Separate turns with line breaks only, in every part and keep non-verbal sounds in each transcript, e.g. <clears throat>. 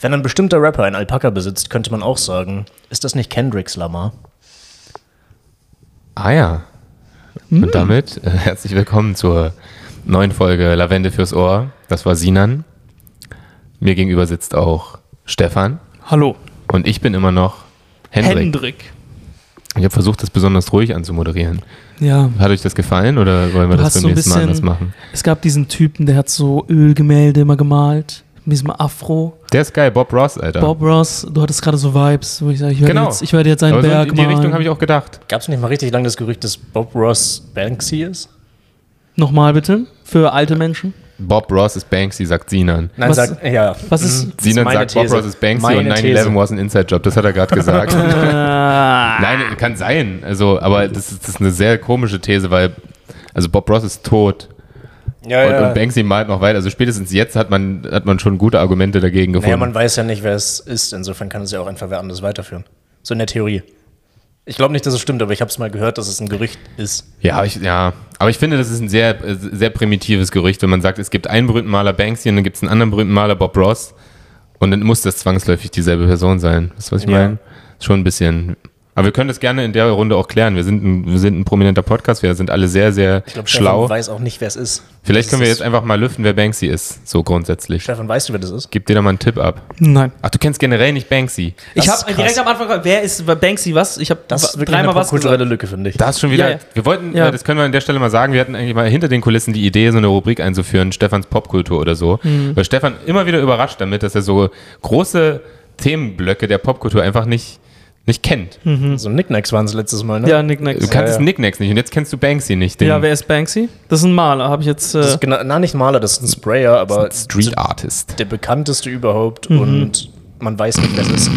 Wenn ein bestimmter Rapper ein Alpaka besitzt, könnte man auch sagen, ist das nicht Kendricks Lamar?
Ah ja.
Hm.
Und damit äh, herzlich willkommen zur neuen Folge Lavende fürs Ohr. Das war Sinan. Mir gegenüber sitzt auch Stefan.
Hallo.
Und ich bin immer noch Hendrik.
Hendrik.
Ich habe versucht, das besonders ruhig anzumoderieren.
Ja.
Hat euch das gefallen oder wollen wir
Du
das
hast
beim
so ein
nächsten Mal anders
bisschen-
machen?
Es gab diesen Typen, der hat so Ölgemälde immer gemalt. Mit diesem Afro.
Der ist geil, Bob Ross, Alter.
Bob Ross, du hattest gerade so Vibes, wo ich sage, ich werde
Genau.
jetzt, ich werde jetzt einen
Aber so
Berg
in die
malen.
Richtung habe ich auch gedacht.
Gab es nicht mal richtig lange das Gerücht, dass Bob Ross Banksy ist?
Nochmal bitte, für alte Menschen.
Bob Ross ist Banksy, sagt Sinan.
Nein,
Was-
sag, ja.
was ist-
Mhm, das
Sinan
meine
sagt,
These.
Bob Ross ist Banksy und
Meine
9-11
These.
war ein Inside-Job. Das hat er gerade
<laughs>
gesagt.
Ah,
Nein, kann sein. Also, aber das ist, das ist eine sehr komische These, weil also Bob Ross ist tot
Ja,
und,
ja.
und Banksy malt noch weiter. Also spätestens jetzt hat man, hat man schon gute Argumente dagegen gefunden.
naja, man weiß ja nicht, wer es ist. Insofern kann es ja auch einfach wer anderes weiterführen. So in der Theorie. Ich glaube nicht, dass es stimmt, aber ich habe es mal gehört, dass es ein Gerücht ist.
ja, ich, ja, aber ich finde, das ist ein sehr, äh, sehr primitives Gerücht, wenn man sagt, es gibt einen berühmten Maler Banksy und dann gibt es einen anderen berühmten Maler Bob Ross und dann muss das zwangsläufig dieselbe Person sein. Weißt du, was ich
Ja.
meine? Ist Schon ein bisschen. Aber wir können das gerne in der Runde auch klären. Wir sind ein, wir sind ein prominenter Podcast, wir sind alle sehr, sehr
Ich glaube, Stefan
schlau.
weiß auch nicht, wer es ist.
Vielleicht können wir
Das
jetzt
ist-
einfach mal lüften, wer Banksy ist, so grundsätzlich.
Stefan, weißt du, wer das ist?
Gib dir da mal einen Tipp ab.
Nein.
Ach, du kennst generell nicht Banksy.
Das
Ich
ist
habe direkt
krass.
am Anfang gefragt, wer ist Banksy was? Ich habe
Das ist wirklich
dreimal
eine
was
kulturelle
gesagt.
Lücke, finde ich.
Da ist schon wieder.
Ja, ja.
Wir wollten,
Ja.
äh, das können wir an der Stelle mal sagen, wir hatten eigentlich mal hinter den Kulissen die Idee, so eine Rubrik einzuführen, Stefans Popkultur oder so.
Mhm.
Weil Stefan immer wieder überrascht damit, dass er so große Themenblöcke der Popkultur einfach nicht, nicht kennt.
Hm.
So Nicknacks waren es letztes Mal, ne?
Ja, Nick Nack.
Du kanntest
ja.
Nicknacks nicht und jetzt kennst du Banksy nicht. Den
Ja, wer ist Banksy? Das ist ein Maler, habe ich jetzt.
Das
Äh,
ist genau, na, nicht ein Maler, das ist ein Sprayer, aber so
Street Artist.
der bekannteste überhaupt und man weiß nicht, wer es ist.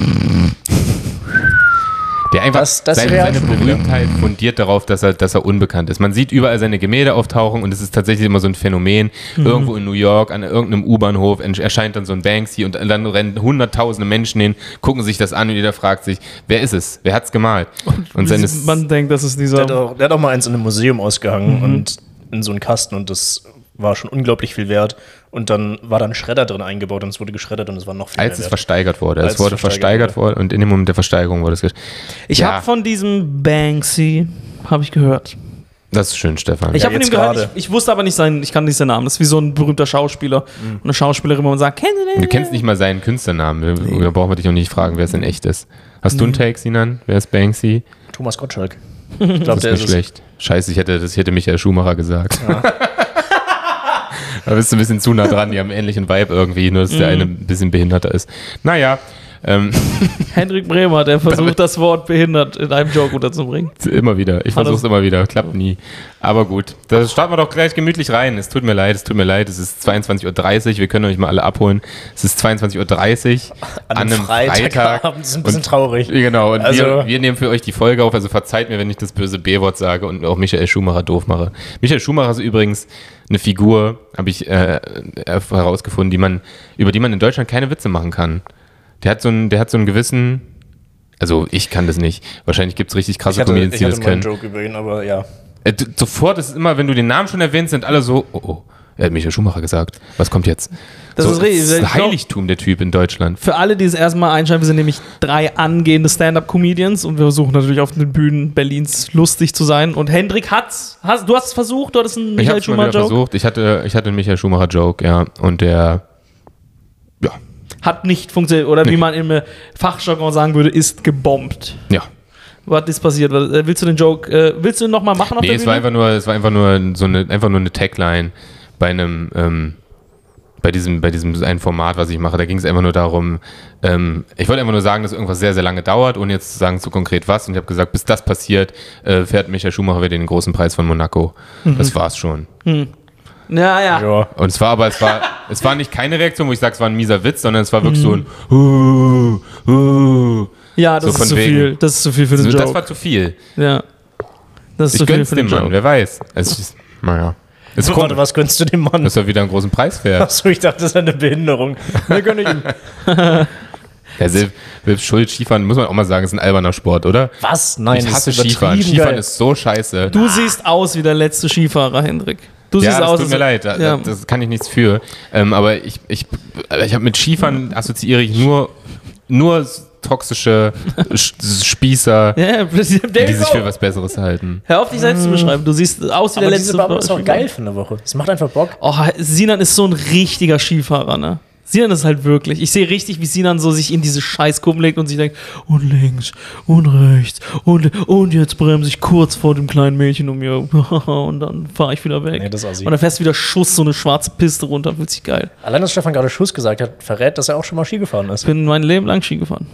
Der einfach
Das- das
seine,
wär-
seine Berühmtheit fundiert darauf, dass er, dass er unbekannt ist. Man sieht überall seine Gemälde auftauchen und es ist tatsächlich immer so ein Phänomen. Irgendwo in New York, an irgendeinem U-Bahnhof en- erscheint dann so ein Banksy und dann rennen hunderttausende Menschen hin, gucken sich das an und jeder fragt sich, wer ist es? Wer hat's gemalt? Und seines,
man denkt, das ist
Der hat,
dieser.
auch, der hat auch mal eins in einem Museum ausgehangen und in so einen Kasten und das war schon unglaublich viel wert. Und dann war da ein Schredder drin eingebaut und es wurde geschreddert und es war noch viel
als es
mehr wert.
versteigert wurde.
Als
Es
es
wurde
versteigert
versteigert worden und in dem Moment der Versteigerung wurde es gesch-
Ich
Ja.
habe von diesem Banksy habe ich gehört.
Das ist schön, Stefan.
Ich
Ja,
habe von
jetzt
ihm gehört, ich,
gerade.
ich wusste aber nicht seinen, ich kann nicht seinen Namen. Das ist wie so ein berühmter Schauspieler
Mhm.
und eine Schauspielerin, wo man sagt, kennst du den?
Du kennst nicht mal seinen Künstlernamen. Wir- Da brauchen wir dich noch nicht fragen, wer es denn echt ist. Hast du einen Take, Sinan? Wer ist Banksy?
Thomas Gottschalk. Ich glaube, der
Das
ist
ist
es.
nicht schlecht. Scheiße, ich hätte, das hätte Michael Schumacher gesagt. <laughs> da bist du ein bisschen zu nah dran, die haben einen ähnlichen Vibe irgendwie, nur dass
Mhm.
der eine ein bisschen behinderter ist. Naja, ähm, <laughs>
Hendrik Bremer, der versucht, das Wort behindert in einem Joke unterzubringen.
immer wieder. Ich
Hat
versuch's immer wieder, klappt nie. Aber gut, da starten wir doch gleich gemütlich rein. Es tut mir leid, es tut mir leid, es ist 22.30 Uhr, wir können euch mal alle abholen. Es ist 22.30 Uhr an einem Freitag.
Freitagabend ist ein bisschen
Und-
traurig.
Genau, und
Also-
wir, wir nehmen für euch die Folge auf, also verzeiht mir, wenn ich das böse B-Wort sage und auch Michael Schumacher doof mache. Michael Schumacher ist übrigens eine Figur, habe ich äh, herausgefunden, die man, über die man in Deutschland keine Witze machen kann. Der hat so einen, der hat so einen gewissen, also ich kann das nicht. Wahrscheinlich gibt es richtig
Ich
krasse
hatte,
Comedians,
ich
die
hatte
das
mal einen
können.
Joke über ihn, aber ja.
Äh, d- sofort ist es immer, wenn du den Namen schon erwähnst, sind alle so, oh oh, er hat Michael Schumacher gesagt. Was kommt jetzt?
Das ist richtig.
Das ist ein
Ich glaub-
Heiligtum der Typ in Deutschland.
Für alle, die es erstmal einschalten, wir sind nämlich drei angehende Stand-Up-Comedians und wir versuchen natürlich auf den Bühnen Berlins lustig zu sein. Und Hendrik hat's. Hast, du hast es versucht, du hattest einen
Ich
Michael
habe schon mal wieder
Schumacher-Joke.
versucht. Ich hatte, ich hatte einen Michael Schumacher Joke, ja, und der, ja,
Hat nicht funktioniert. Oder wie
Nee.
man im äh, Fachjargon sagen würde, ist gebombt.
ja.
Was ist passiert? Was- äh, Willst du den Joke, äh, willst du ihn nochmal machen auf
Nee,
der
es war
Bühne?
einfach nur, es war einfach nur so eine, einfach nur eine Tagline bei einem, ähm, bei diesem, bei diesem ein Format, was ich mache. Da ging es einfach nur darum. Ähm, ich wollte einfach nur sagen, dass irgendwas sehr, sehr lange dauert, ohne jetzt zu sagen so konkret was. Und ich habe gesagt, bis das passiert, äh, fährt Michael Schumacher wieder den großen Preis von Monaco. Das war's schon.
Ja, ja.
Ja.
Und es war aber, es war, es war nicht keine Reaktion, wo ich sage, es war ein mieser Witz, sondern es war wirklich so ein. Uh, uh.
Ja, das
So von
ist zu
wegen.
viel. Das ist zu viel für den
Das,
Joke.
war zu viel.
Ja. Das ist
Ich
zu viel
gönn's
für den
dem Mann,
Job.
wer weiß. Es ist, naja. Es ist
Warte,
komisch,
was gönnst du dem Mann?
dass er wieder einen großen Preis
<laughs>
<laughs>
fährt.
Achso, ich dachte, das ist eine
<laughs>
Behinderung.
Wir gönnen ihm.
Der Silv, Silv Schuld, Skifahren, muss man auch mal sagen, ist ein alberner Sport, oder?
Was? Nein,
Ich
das
hasse
ist übertrieben
Skifahren. Skifahren
geil.
ist so scheiße.
Du siehst aus wie der letzte Skifahrer, Hendrik. Du
ja,
siehst
das
aus.
tut
als-
mir leid, da,
ja.
da, das kann ich nichts für. Ähm, aber ich, ich, aber ich habe mit Skifahren assoziiere ich nur, nur
<laughs>
toxische Sch- Spießer,
Ja, <laughs> genau. ja, der
die sich
ist
Mhm.
auch.
für was Besseres halten.
Hör auf, dich selbst zu beschreiben. Du siehst aus wie
Aber
der
diese
letzte
Bubble ist auch
Fußballspieler.
geil für eine Woche. Es macht einfach Bock.
Oh, Sinan ist so ein richtiger Skifahrer, ne? Sinan ist halt wirklich. Ich sehe richtig, wie Sinan so sich in diese Scheißkurven legt und sich denkt, und links, und rechts, und, und jetzt bremse ich kurz vor dem kleinen Mädchen um mir. <laughs> und dann fahre ich wieder weg.
Nee, das ist assi.
und dann fährst du wieder Schuss, so eine schwarze Piste runter. Fühlt sich geil.
Allein, dass Stefan gerade Schuss gesagt hat, verrät, dass er auch schon mal Ski gefahren
Ich
ist.
bin mein Leben lang Ski gefahren.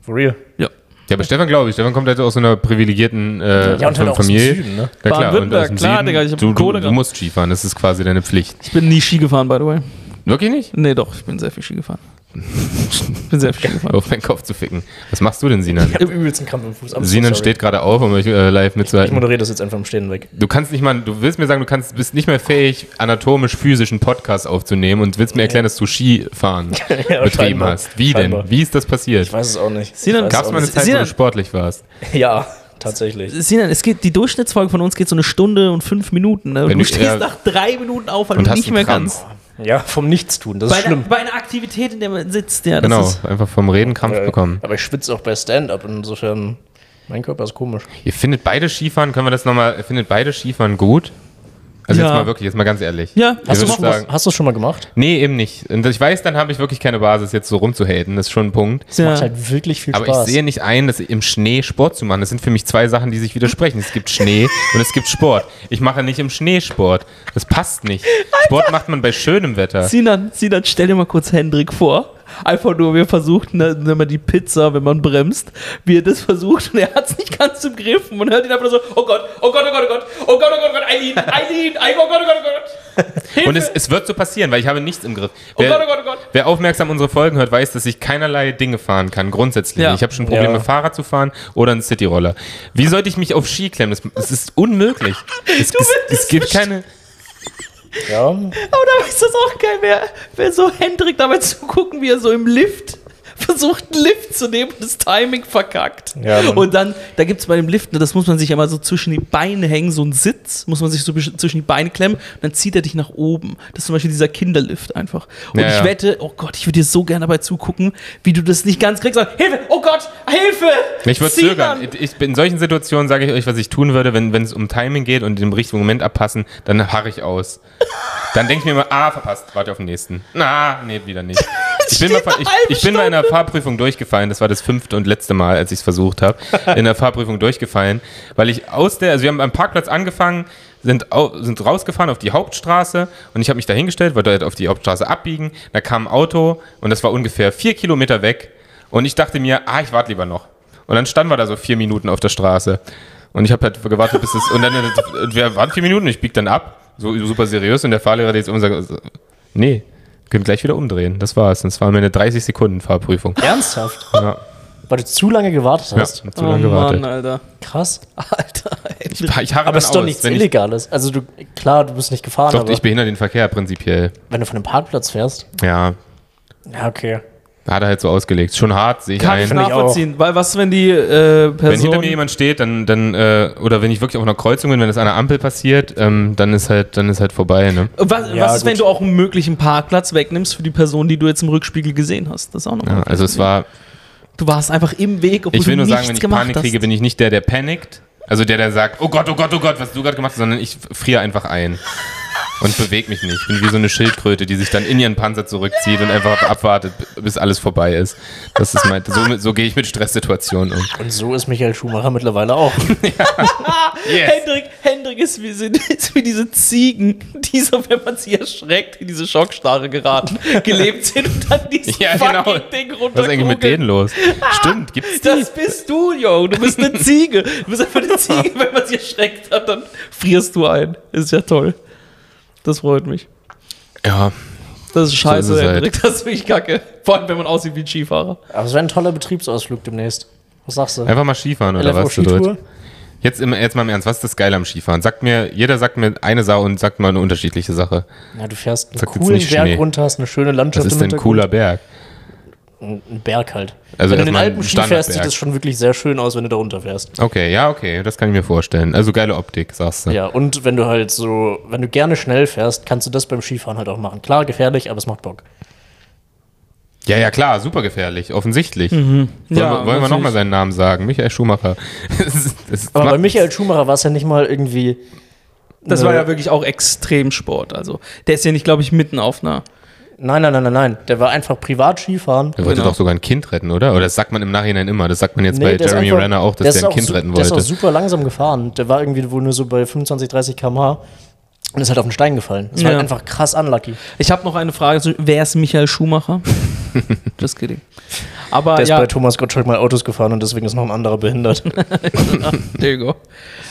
For real.
Ja.
Ja, aber Stefan glaube ich, Stefan kommt halt aus so einer privilegierten äh,
Ja, und halt auch aus dem
Familie.
Süden, ne?
Ja, klar, und
Baden-Württemberg,
aus dem
klar,
Süden,
Digga, ich hab
du, du,
Kohle
du
gehabt.
musst Skifahren, das ist quasi deine Pflicht.
Ich bin nie Ski gefahren, by the way.
Wirklich nicht?
Nee, doch, ich bin sehr viel Ski gefahren. Ich bin sehr viel Ski
<laughs>
gefahren.
Auf meinen Kopf zu ficken. Was machst du denn, Sinan?
Ich habe übelst einen Krampf im Fuß. I'm so
Sinan
sorry.
steht gerade auf, um euch äh, live
Ich
mitzuhalten.
moderiere das jetzt einfach im Stehen weg.
Du kannst nicht mal, du willst mir sagen, du kannst, bist nicht mehr fähig, anatomisch physisch einen Podcast aufzunehmen und willst mir erklären, dass du Skifahren
Ja,
betrieben
scheinbar.
hast. Wie
Scheinbar.
denn? Wie ist das passiert?
Ich weiß es auch nicht.
Sinan,
Ich weiß
Gab es
auch
mal eine
nicht.
Zeit, wo
Sinan-
du sportlich warst?
Ja, tatsächlich.
Sinan, es geht, die Durchschnittsfolge von uns geht so eine Stunde und fünf Minuten. Ne?
Wenn
Du
du-
stehst
ja.
nach drei Minuten auf, weil
Und
du
hast
nicht
einen
mehr
Krampf.
kannst.
Ja, vom Nichtstun. Das
Bei,
ist
einer,
schlimm.
bei einer Aktivität, in der man sitzt, ja. Das
Genau,
Ist,
einfach vom Reden Krampf
Äh,
bekommen.
Aber ich schwitze auch bei Stand-Up. Insofern, mein Körper ist komisch.
Ihr findet beide Skifahren, können wir das nochmal, findet beide Skifahren gut? Also
Ja.
jetzt mal wirklich, jetzt mal ganz ehrlich. Hast
ja.
Hast
du
du
würden
es
schon mal- sagen-
schon mal gemacht?
Nee, eben nicht. Und ich weiß, dann habe ich wirklich keine Basis, jetzt so rumzuhaten, das ist schon ein Punkt.
Das
ja.
macht halt wirklich viel
Aber
Spaß.
ich sehe nicht ein, dass im Schnee Sport zu machen. Das sind für mich zwei Sachen, die sich widersprechen. Es gibt Schnee und es gibt Sport. Ich mache nicht im Schnee Sport. Das passt nicht. Sport macht man bei schönem Wetter.
Sinan, Sinan, stell dir mal kurz Hendrik vor. Einfach nur, wir versuchten, ne, wenn man die Pizza, wenn man bremst, wie er das versucht und er hat es nicht ganz im Griff und man hört ihn einfach nur so, oh Gott, oh Gott, oh Gott, oh Gott, oh Gott, oh Gott, oh Gott, Eileen, Eileen, Ei- oh Gott, oh Gott, oh Gott. Hilfe.
Und es, es wird so passieren, weil ich habe nichts im Griff.
oh
Wer,
Gott, oh Gott, oh Gott.
wer aufmerksam unsere Folgen hört, weiß, dass ich keinerlei Dinge fahren kann, grundsätzlich.
Ja.
Ich habe schon Probleme,
Ja.
Fahrrad zu fahren oder einen Cityroller. Wie sollte ich mich auf Ski klemmen? Das, das ist
<laughs>
unmöglich. Es, es,
wirst
es
es
gibt keine...
Ja,
Aber dabei ist das auch geil, wer, wer so Hendrik dabei zugucken, wie er so im Lift versucht, einen Lift zu nehmen und das Timing verkackt.
Ja, Mann.
und dann, da gibt es bei dem Lift, ne, das muss man sich ja mal so zwischen die Beine hängen, so ein Sitz, muss man sich so besch- zwischen die Beine klemmen, dann zieht er dich nach oben. Das ist zum Beispiel dieser Kinderlift einfach. Und
Ja,
ich
ja.
wette, oh Gott, ich würde dir so gerne dabei zugucken, wie du das nicht ganz kriegst. Sag, Hilfe, oh Gott, Hilfe!
Ich würde
Sieh
zögern.
dann.
Ich, ich, bin- in solchen Situationen sage ich euch, was ich tun würde, wenn wenn es um Timing geht und im richtigen Moment abpassen, dann harre ich
<laughs>
aus. Dann denke ich mir immer, ah, verpasst, warte auf den nächsten. Na, nee, wieder nicht.
<laughs>
Ich bin, mal,
Steht eine
ich,
halbe
ich bin mal in einer Fahrprüfung durchgefallen, das war das fünfte und letzte Mal, als ich es versucht habe, in der Fahrprüfung durchgefallen, weil ich aus der, also wir haben am Parkplatz angefangen, sind, au, sind rausgefahren auf die Hauptstraße und ich habe mich da hingestellt, wollte halt auf die Hauptstraße abbiegen, da kam ein Auto und das war ungefähr vier Kilometer weg und ich dachte mir, ah, ich warte lieber noch. Und dann standen wir da so vier Minuten auf der Straße. Und ich habe halt gewartet, bis es. Und dann <laughs> und wir waren vier Minuten, ich bieg dann ab, so super seriös. Und der Fahrlehrer, der jetzt immer sagt, so, nee, können gleich wieder umdrehen. Das war's. Das war meine 30 Sekunden Fahrprüfung.
ernsthaft?
Ja,
Weil du zu lange gewartet
ja
hast.
zu
Oh
lange gewartet.
Mann, Alter.
Krass.
Alter, Hendrik.
Ich, ich harre
Aber
dann
es ist doch
aus,
nichts
wenn ich,
Illegales. Also du, klar, du bist nicht gefahren,
Doch,
aber
ich behindere den Verkehr prinzipiell.
wenn du von einem Parkplatz fährst.
Ja,
Ja, okay.
hat er halt so ausgelegt. Schon hart, sehe ich
Kann ich
ein.
nachvollziehen, weil was, wenn die äh, Person.
Wenn hinter mir jemand steht, dann, dann äh, oder wenn ich wirklich auf einer Kreuzung bin, wenn das an der Ampel passiert, ähm, dann ist halt, dann ist halt vorbei, ne?
Was,
Ja,
was ist,
gut.
wenn du auch einen möglichen Parkplatz wegnimmst für die Person, die du jetzt im Rückspiegel gesehen hast? Das ist auch noch.
Ja,
mal-
also es war,
du warst einfach im Weg, obwohl
Ich will nur
du nichts
sagen, wenn ich
gemacht
Panik
hast.
kriege, bin ich nicht der, der panikt. Also der, der sagt, oh Gott, oh Gott, oh Gott, was du gerade gemacht hast, sondern ich friere einfach ein. Und bewege mich nicht. Ich bin wie so eine Schildkröte, die sich dann in ihren Panzer zurückzieht und einfach abwartet, bis alles vorbei ist. Das ist mein, so, so gehe ich mit Stresssituationen um.
Und so ist Michael Schumacher mittlerweile auch.
Yes.
Hendrik, Hendrik ist wie, sind, <laughs> ist wie diese Ziegen, die so, wenn man sie erschreckt, in diese
<laughs>
Schockstarre geraten, gelebt sind und dann dieses
Ja,
fucking
genau.
Ding
Was ist eigentlich mit
runterkugeln.
denen los? Stimmt, gibt's die?
Das bist du, Yo. Du
<laughs>
bist eine Ziege. Du bist einfach eine Ziege. Wenn man sie erschreckt hat, dann frierst du ein. Ist ja toll. Das freut mich.
Ja.
Das ist scheiße,
ist es halt.
Hendrik. Das ist wirklich kacke. Vor allem, wenn man aussieht wie ein Skifahrer.
Aber es wäre ein toller Betriebsausflug demnächst. Was sagst du?
Einfach mal Skifahren oder was? zu dritt. Jetzt, im, jetzt mal im Ernst, was ist das Geile am Skifahren? Sagt mir, jeder sagt mir eine Sache und sagt mal eine unterschiedliche Sache.
Ja, du fährst einen
Sag jetzt
coolen
nicht
Berg
Schnee.
runter, hast eine schöne Landschaft
Das ist denn ein cooler Berg.
ein ein Berg halt.
Also
wenn du in den
erstmal ein
Alpen Ski fährst,
Standardberg.
sieht das schon wirklich sehr schön aus, wenn du da runterfährst.
Okay, ja, okay, das kann ich mir vorstellen. Also geile Optik, sagst du.
Ja, und wenn du halt so, wenn du gerne schnell fährst, kannst du das beim Skifahren halt auch machen. Klar, gefährlich, aber es macht Bock.
Ja, ja, klar, super gefährlich, offensichtlich.
Mhm.
Wollen,
Ja,
wir, wollen wir
natürlich.
nochmal seinen Namen sagen? Michael Schumacher. <laughs> Das, das
Aber bei
macht-
Michael Schumacher war es ja nicht mal irgendwie.
Das
eine-
war ja wirklich auch Extremsport. Also, der ist ja nicht, glaube ich, mitten auf einer.
Nein, nein, nein, nein, nein. Der war einfach privat Skifahren.
Er wollte
Genau.
doch sogar ein Kind retten, oder? Oder das sagt man im Nachhinein immer. Das sagt man jetzt bei
der ist
Jeremy
einfach-
Renner auch,
der
dass
ist
der ein
auch
Kind
su-
retten
Der ist auch
wollte.
super langsam gefahren. Der war irgendwie wohl nur so bei 25, 30 km/h und ist halt auf den Stein gefallen. Das war
Ja.
halt einfach krass unlucky.
Ich habe noch eine Frage. zu- Wer ist
<laughs>
Michael Schumacher? Just kidding. Aber
Der ist
Ah, ja,
bei Thomas Gottschalk mal Autos gefahren und deswegen ist noch ein anderer
<laughs>
behindert.
there you go.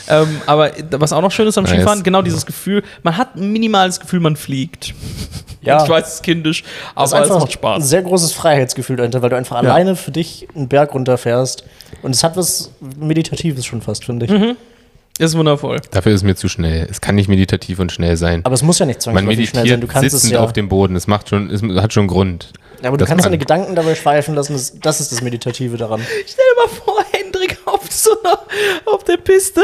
Ähm, aber was auch noch schön ist am
Nice.
Skifahren, genau dieses Gefühl, man hat ein minimales Gefühl, man fliegt.
Ja.
Ich weiß, es ist kindisch, aber
Das
es macht
ein
Spaß.
sehr großes Freiheitsgefühl dahinter, weil du einfach alleine für dich einen Berg runterfährst. Und es hat was Meditatives schon fast, finde ich.
Mhm. Ist wundervoll.
Dafür ist es mir zu schnell. Es kann nicht meditativ und schnell sein.
Aber es muss ja nicht
Man
zwangsläufig schnell sein. Du
meditiert
kannst es
sitzend
ja.
auf dem Boden. Es macht schon, es hat schon einen Grund.
aber du
dass
kannst
man-
deine Gedanken dabei schweifen lassen. Das, das ist das Meditative
<laughs>
daran.
Stell dir mal vor, <laughs> Hendrik auf so einer, auf der Piste,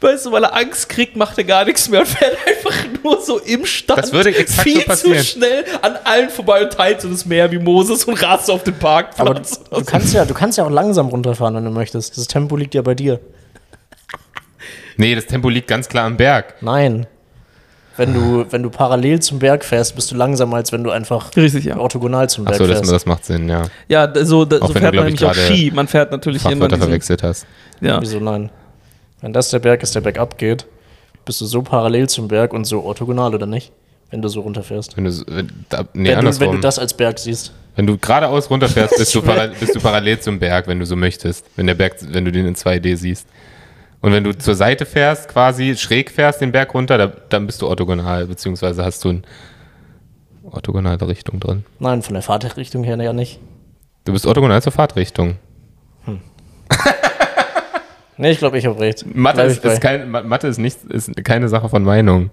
weißt du, weil er Angst kriegt, macht er gar nichts mehr und fährt einfach nur so im Stand
Das würde exakt
viel
so passieren.
zu schnell an allen vorbei und teilt so das Meer wie Moses und rast auf den
Aber
Parkplatz.
du kannst, ja, du kannst ja auch langsam runterfahren, wenn du möchtest. Das Tempo liegt ja bei dir.
Nee, das Tempo liegt ganz klar am Berg.
Nein. Wenn du, wenn du parallel zum Berg fährst, bist du langsamer, als wenn du einfach
Richtig, ja.
orthogonal zum Berg
Achso, das,
fährst.
das macht Sinn, ja.
Ja, da- so, da, so
Auch wenn du,
fährt man
glaub ich,
nämlich auch
gerade
Ski. Man fährt natürlich immer
Fachwörter
diesen,
verwechselt hast.
ja.
Wieso nein? Wenn das der Berg ist, der bergab geht, bist du so parallel zum Berg und so orthogonal, oder nicht? Wenn du so runterfährst.
Wenn du, so- wenn, da, nee,
wenn, du, wenn
andersrum.
du das als Berg siehst.
Wenn du geradeaus runterfährst, bist du,
Ich will-
para bist du parallel zum Berg, wenn du so möchtest. Wenn der Berg, wenn du den in 2D siehst. Und wenn du zur Seite fährst, quasi schräg fährst den Berg runter, da, dann bist du orthogonal, beziehungsweise hast du eine orthogonale Richtung drin.
Nein, von der Fahrtrichtung her ja nicht.
Du bist orthogonal zur Fahrtrichtung.
Nee, ich glaube, ich habe recht.
Mathe,
Bleib
ist,
ich bei.
ist, kein, Ma- Mathe ist, nicht, ist keine Sache von Meinung.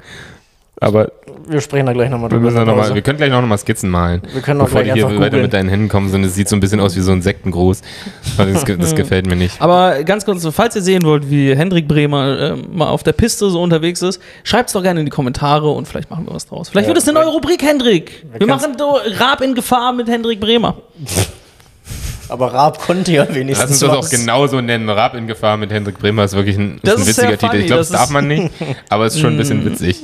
Aber
Wir sprechen da gleich nochmal
wir, müssen
in
noch
der
mal,
Pause.
wir können gleich noch noch mal Skizzen malen.
Wir können auch
bevor
gleich
die hier
einfach
weiter
googeln.
mit deinen Händen kommen, sind. Es sieht so ein bisschen aus wie so ein Sektengruß. Also
<laughs>
Das, ge- das gefällt mir nicht.
Aber ganz kurz, falls ihr sehen wollt, wie Hendrik Bremer äh, mal auf der Piste so unterwegs ist, schreibt es doch gerne in die Kommentare und vielleicht machen wir was draus. Vielleicht
Ja,
wird es eine neue Rubrik, Hendrik. Wir,
kann's-
machen do Rab in Gefahr mit Hendrik Bremer.
Aber Raab konnte ja wenigstens
Lass uns das auch genau-
was.
genauso nennen. Rab in Gefahr mit Hendrik Bremer ist wirklich ein, ist
Das
ein
ist
witziger
sehr funny,
Titel. Ich glaube, das
das
darf
ist- Mm,
man nicht, aber es ist schon ein bisschen witzig.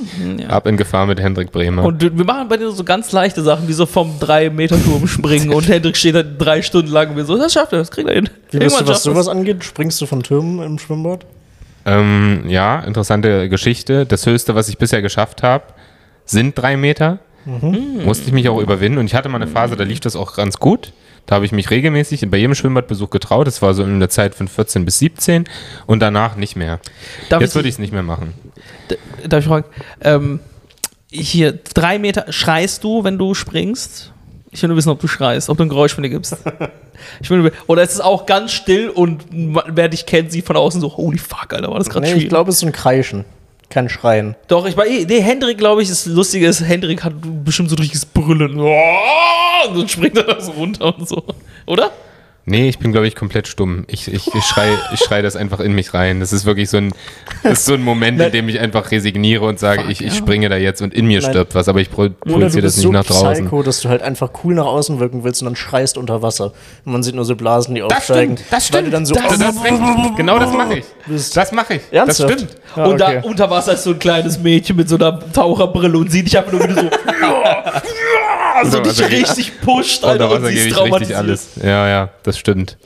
Rab in Gefahr mit Hendrik Bremer.
Und wir machen bei dir so ganz leichte Sachen, wie so vom 3-Meter-Turm springen und Hendrik steht dann drei Stunden lang und wir so, das schafft er, das kriegt er hin.
Wie bist du,
Irgendwann
was
schafft er's.
sowas angeht? Springst du von Türmen im Schwimmbad?
ähm, ja, interessante Geschichte. Das Höchste, was ich bisher geschafft habe, sind drei Meter.
Mhm.
Musste ich mich auch überwinden. Und ich hatte mal eine Phase, da lief das auch ganz gut. Da habe ich mich regelmäßig bei jedem Schwimmbadbesuch getraut. Das war so in der Zeit von 14 bis 17 und danach nicht mehr.
Darf
Jetzt
ich,
würde ich es nicht mehr machen.
darf ich fragen, ähm, hier, drei Meter, schreist du, wenn du springst? Ich will nur wissen, ob du schreist, ob du ein Geräusch von
<laughs>
dir gibst. Ich will nur, oder ist es auch ganz still und ma- wer dich kennt, sieht von außen so, holy fuck, Alter, war das gerade
Nee,
schwierig.
ich glaube, es ist ein Kreischen. Kein Schreien.
Doch, ich war eh, nee, Hendrik, glaube ich, das Lustige ist, Hendrik hat bestimmt so ein richtiges Brüllen. <laughs> Und dann springt er da so runter und so. Oder?
Nee, ich bin, glaube ich, komplett stumm. Ich, ich, ich schreie ich schrei das einfach in mich rein. Das ist wirklich so ein, das ist so ein
<laughs>
Moment, in dem ich einfach resigniere und sage, ich, ich springe da jetzt und in mir
Nein.
stirbt was, aber ich pro-
Oder du
projiziere das
bist
nicht
so
nach draußen.
psycho, dass du halt einfach cool nach außen wirken willst und dann schreist unter Wasser. Und man sieht nur so Blasen, die aufsteigen.
das
Weil du dann so
das, das genau das mache ich.
Bist-
Das mache ich.
Ernsthaft?
Das stimmt.
Ja,
und
Ah, okay.
da unter Wasser ist so ein kleines Mädchen mit so einer Taucherbrille und sieht dich einfach nur wieder so. also dich
Wasser geht-
richtig pusht,
Unter
Alter, und
Wasser
sie
gebe
ist
ich richtig
traumatisiert.
alles. Ja, ja, das stimmt.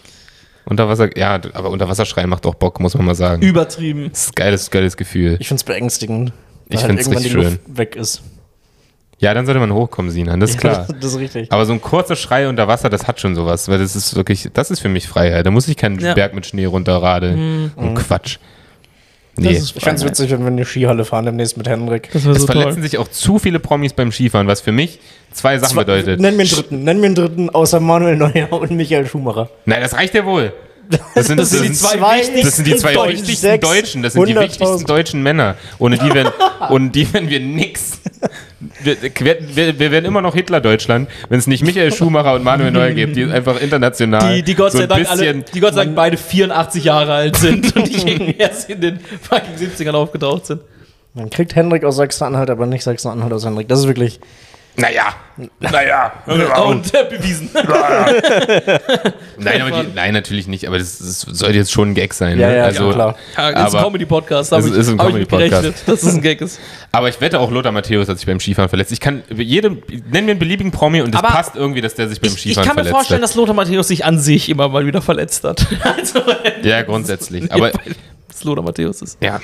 Unter Wasser, ja, aber unter Wasser schreien macht auch Bock, muss man mal sagen.
Übertrieben.
Das ist ein geiles, geiles Gefühl.
Ich find's beängstigend. weil halt
Ich find's
irgendwann die
richtig
Luft weg ist.
Ja, dann sollte man hochkommen, Sinan, das
<laughs>
ist klar.
das ist richtig.
Aber so ein kurzer Schrei unter Wasser, das hat schon sowas, weil das ist wirklich, das ist für mich Freiheit. Da muss ich keinen
Ja. Mhm.
Berg mit Schnee runterradeln und Quatsch. Nee.
ist
Ich fand's witzig, wenn wir in die Skihalle fahren demnächst mit Henrik.
Das war
es
so
verletzen
toll.
sich auch zu viele Promis beim Skifahren, was für mich zwei Sachen <laughs> bedeutet.
Nenn mir einen dritten, nenn mir einen dritten, außer Manuel Neuer und Michael Schumacher.
Nein, das reicht ja wohl. Das sind,
Das sind die zwei wichtigsten
das sind die zwei
Deutschen.
wichtigsten
Sechs,
Deutschen. Das sind die
100.000.
wichtigsten deutschen Männer. Ohne die wären, ohne die wären wir nix. wir, wir, wir werden immer noch Hitler-Deutschland, wenn es nicht Michael Schumacher und Manuel Neuer gibt, die einfach international
Die, die Gott sei
so ein
Dank alle,
bisschen
die Gott sei Dank beide 84 Jahre
<laughs>
alt sind und nicht irgendwie erst in den fucking 70ern aufgetaucht sind.
Man kriegt Hendrik aus Sachsen-Anhalt, aber nicht Sachsen-Anhalt aus Hendrik. Das ist wirklich.
Naja, naja.
Und äh, bewiesen.
nein, aber die, nein, natürlich nicht, aber das, das soll jetzt schon ein Gag sein.
Ja,
ne?
ja,
also,
ja, klar.
Ja, ist ein
aber,
Comedy-Podcast, habe
Es
ich,
ist ein
hab ich mit
Comedy-Podcast.
gerechnet, dass es ein
<laughs>
Gag ist.
aber ich wette auch, Lothar Matthäus hat sich beim Skifahren verletzt. Ich kann jedem, nenn mir einen beliebigen Promi und es
Aber
passt irgendwie, dass der sich beim
Ich, ich
Skifahren
kann mir
verletzt
vorstellen,
hat.
dass Lothar Matthäus sich an sich immer mal wieder verletzt hat. <laughs> Also,
Ja, grundsätzlich. Aber
<laughs> dass Lothar Matthäus ist.
ja,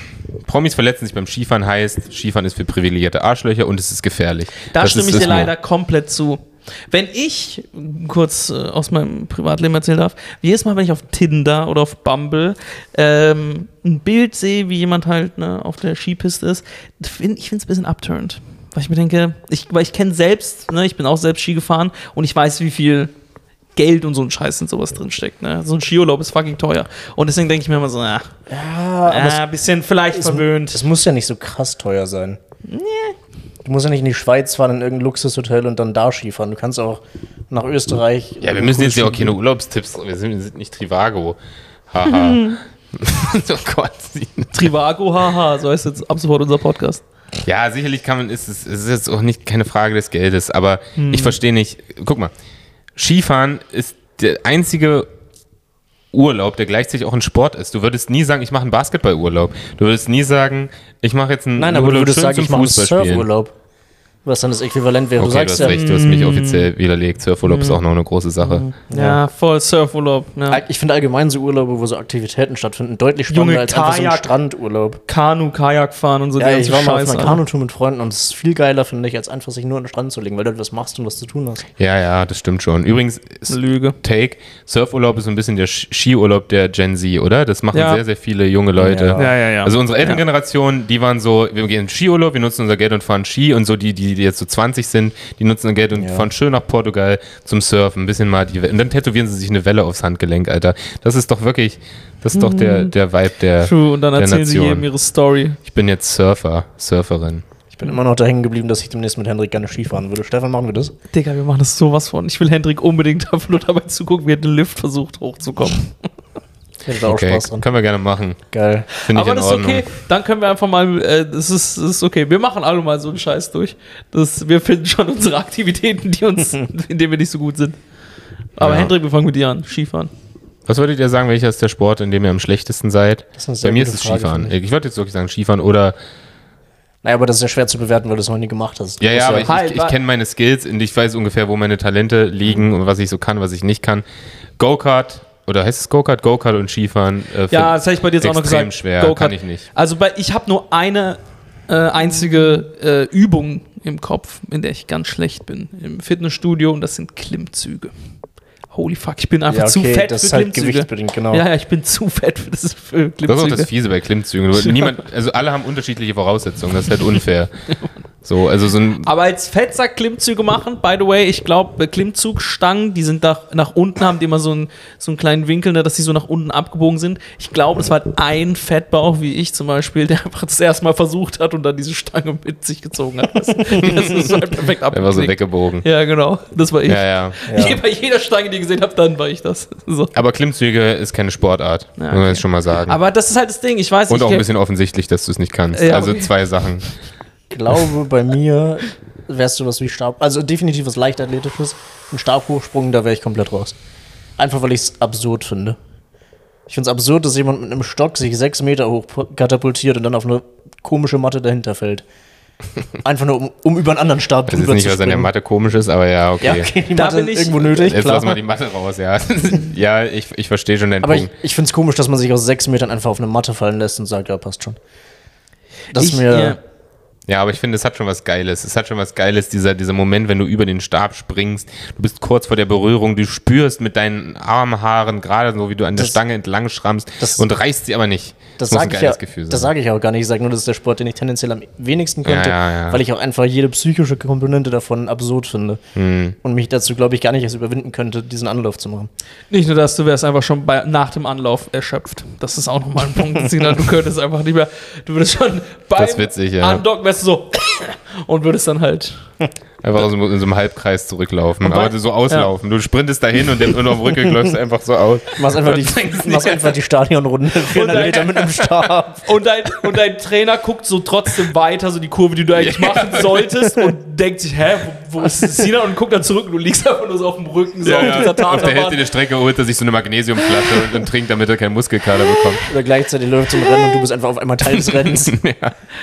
Promis verletzen sich beim Skifahren heißt, Skifahren ist für privilegierte Arschlöcher und es ist gefährlich.
Da
Das
stimme
ist
ich dir
das Mo-
leider komplett zu. Wenn ich kurz äh, aus meinem Privatleben erzählen darf, jedes Mal, wenn ich auf Tinder oder auf Bumble ähm, ein Bild sehe, wie jemand halt ne, auf der Skipiste ist, find, ich finde es ein bisschen upturned. Weil ich mir denke, ich, weil ich kenne selbst, ne, ich bin auch selbst Ski gefahren und ich weiß, wie viel Geld und so ein Scheiß in sowas drinsteckt. Ne? So ein Skiurlaub ist fucking teuer. Und deswegen denke ich mir immer so, na,
Ja, aber
ah, ein bisschen vielleicht
es,
verwöhnt.
es muss ja nicht so krass teuer sein. Nee. Du musst ja nicht in die Schweiz fahren, in irgendein Luxushotel und dann da Skifahren. Du kannst auch nach Österreich.
Ja, wir müssen jetzt ja auch keine Urlaubstipps, wir sind, wir sind nicht Trivago.
<laughs>
Haha. <laughs> oh Gott.
Trivago, haha, so heißt jetzt ab sofort unser Podcast.
Ja, sicherlich kann man, ist es ist jetzt auch nicht keine Frage des Geldes, aber
Hm.
ich verstehe nicht. Guck mal, Skifahren ist der einzige Urlaub, der gleichzeitig auch ein Sport ist. Du würdest nie sagen, ich mache einen Basketballurlaub. Du würdest nie sagen, ich mache jetzt einen
Nein, aber du
Urlaub
würdest
schön
sagen,
zum
ich mache einen
Fußballspielen.
Surfurlaub. Was dann das Äquivalent wäre. du
Okay, du,
sagst
hast
ja, hm.
recht, du hast mich offiziell widerlegt. Surfurlaub ist auch noch eine große Sache.
Ja, voll Surfurlaub. ne? Ja.
Al- ich finde allgemein so Urlaube, wo so Aktivitäten stattfinden, deutlich spannender
Junge,
als einfach so ein
Kajak.
Strandurlaub.
Kanu, Kajak fahren und so
Ja, ich war mal auf
Scheiße,
einer
Alter.
Kanutour mit Freunden und es ist viel geiler, finde ich, als einfach sich nur an den Strand zu legen, weil du etwas machst und was zu tun hast.
Ja, ja, das stimmt schon. Übrigens, s-
Lüge.
Take, Surfurlaub ist so ein bisschen der Sch- Skiurlaub der Gen Z, oder? Das machen
Ja.
sehr, sehr viele junge Leute.
Ja.
Ja, ja, ja.
Also unsere Elterngeneration, die waren so, wir gehen in den Skiurlaub, wir nutzen unser Geld und fahren Ski und so die, die die jetzt so 20 sind, die nutzen ihr Geld und fahren schön nach Portugal zum Surfen, ein bisschen mal die We- und dann tätowieren sie sich eine Welle aufs Handgelenk, Alter. Das ist doch wirklich, das ist doch der, der Vibe der,
Mhm. True, und dann
der
erzählen sie jedem
Nation.
ihre Story.
Ich bin jetzt Surfer, Surferin.
Ich bin immer noch da hängen geblieben, dass ich demnächst mit Hendrik gerne Skifahren würde. Stefan, machen wir das?
Digga, wir machen das sowas von. Ich will Hendrik unbedingt <laughs> einfach nur dabei zugucken, wie er den Lift versucht hochzukommen.
Ich hätte da auch
Okay,
Spaß dran.
können wir gerne machen.
Geil.
Finde ich
Aber
in
das ist
Ordnung.
okay. Dann können wir einfach mal, äh, das, ist, das ist okay. Wir machen alle mal so einen Scheiß durch. Das, wir finden schon unsere <laughs> Aktivitäten,
<laughs>
die uns, in denen wir nicht so gut sind. Aber
Ja.
Hendrik, wir fangen mit dir an. Skifahren.
Was würdet ihr sagen, welcher ist der Sport, in dem ihr am schlechtesten seid?
Das ist eine sehr
Bei mir ist
gute
es
Frage,
Skifahren.
finde
Ich würde jetzt wirklich sagen Skifahren oder
Naja, aber das ist ja schwer zu bewerten, weil du es noch nie gemacht hast.
ja, ja, aber ich,
Halt,
ich, ich
wa-
kenne meine Skills und ich weiß ungefähr, wo meine Talente liegen und was ich so kann, was ich nicht kann. Go-Kart oder heißt es Go-Kart? Go-Kart und Skifahren. Äh,
Ja,
find-
das hätte ich bei dir jetzt auch noch
extrem
gesagt.
schwer,
Go-Kart.
kann ich nicht.
Also bei, ich habe nur eine äh, einzige äh, Übung im Kopf, in der ich ganz schlecht bin. Im Fitnessstudio und das sind Klimmzüge. Holy fuck, ich bin einfach
Ja,
zu
okay,
fett
das
für
ist halt
Klimmzüge.
gewichtbedingt, genau.
Ja, ja, ich bin zu fett für, das, für
Das ist auch
Klimmzüge.
das Fiese bei Klimmzügen. Du- Niemand, also alle haben unterschiedliche Voraussetzungen. Das ist halt unfair. so, also so ein
Aber als Fettsack Klimmzüge machen, by the way, ich glaube, Klimmzugstangen, die sind nach, nach unten, haben die immer so einen, so einen kleinen Winkel, ne, dass die so nach unten abgebogen sind. Ich glaube, das war halt ein Fettbauch, wie ich zum Beispiel, der <laughs> einfach das erste Mal versucht hat und dann diese Stange mit sich gezogen hat. Das, das ist halt perfekt
einfach so
abgeknickt.
weggebogen.
Ja, genau. Das war ich.
Ja, ja.
Ja.
Bei jeder Stange, die ich gesehen habe, dann war ich das. So.
Aber Klimmzüge ist keine Sportart,
Ja,
muss man
okay.
jetzt schon mal sagen.
Aber das ist halt das Ding. Ich weiß
und
ich
auch ein
kenn-
bisschen offensichtlich, dass du es nicht kannst.
Ja,
also
okay.
zwei Sachen.
Ich glaube, bei mir wärst du was wie Stab. Also definitiv was Leichtathletisches. Ein Stabhochsprung, da wäre ich komplett raus. Einfach weil ich es absurd finde. Ich finde es absurd, dass jemand mit einem Stock sich sechs Meter hoch pu- katapultiert und dann auf eine komische Matte dahinter
<laughs>
fällt. Einfach nur, um, um über einen anderen Stab
Das ist nicht, was an der Mathe komisch ist, aber ja, okay.
Ja, okay, die
Da
Matte
bin
ist
ich-
irgendwo nötig,
Jetzt
klar.
lass mal die Mathe raus, ja. <laughs> ja, ich, ich verstehe schon deinen
Aber ich,
Punkt.
ich finde es komisch, dass man sich aus sechs Metern einfach auf eine Matte fallen lässt und sagt, ja, passt schon. Das ist
Ich-
mir...
ja.
Ja, aber ich finde, es hat schon was Geiles. Es hat schon was Geiles, dieser, dieser Moment, wenn du über den Stab springst. Du bist kurz vor der Berührung, du spürst mit deinen Armhaaren gerade so, wie du an der
Das-
Stange entlang schrammst
das-
und reißt sie aber nicht.
Das
muss ein
sage ich, ja,
geiles Gefühl sein.
das sag ich auch gar nicht. Ich sage nur, das ist der Sport, den ich tendenziell am wenigsten könnte,
Ja, ja, ja.
weil ich auch einfach jede psychische Komponente davon absurd finde.
Hm.
Und mich dazu, glaube ich, gar nicht erst überwinden könnte, diesen Anlauf zu machen.
Nicht nur das, du wärst einfach schon bei, nach dem Anlauf erschöpft. Das ist
<laughs>
auch nochmal ein Punkt. Sinan. Du könntest einfach nicht mehr, du würdest schon beim
Das ist witzig, ja.
Andocken, wärst du so <coughs> und würdest dann halt.
Einfach aus, so- in so einem Halbkreis zurücklaufen.
bei-
Aber so auslaufen. Du sprintest dahin und dann und auf dem Rücken läufst
<laughs>
du einfach so aus. <laughs>
Machst einfach
Trinkst
die, machst einfach die
<laughs>
Stadionrunde. 400
dann-
Meter mit einem Stab.
Und dein, und dein Trainer guckt so trotzdem weiter, so die Kurve, die du eigentlich machen solltest, und denkt sich, hä, wo, wo ist Sina? Und guckt dann zurück und du liegst einfach nur so auf dem Rücken, so
Ja,
auf
ja.
dieser
Auf der Hälfte
Tatanbahn.
der Strecke holt er sich so eine Magnesiumflasche und, und trinkt, damit er keinen Muskelkater bekommt.
<laughs>
Oder gleichzeitig läuft zum Rennen und du bist einfach auf einmal Teil des
<laughs>
Rennens.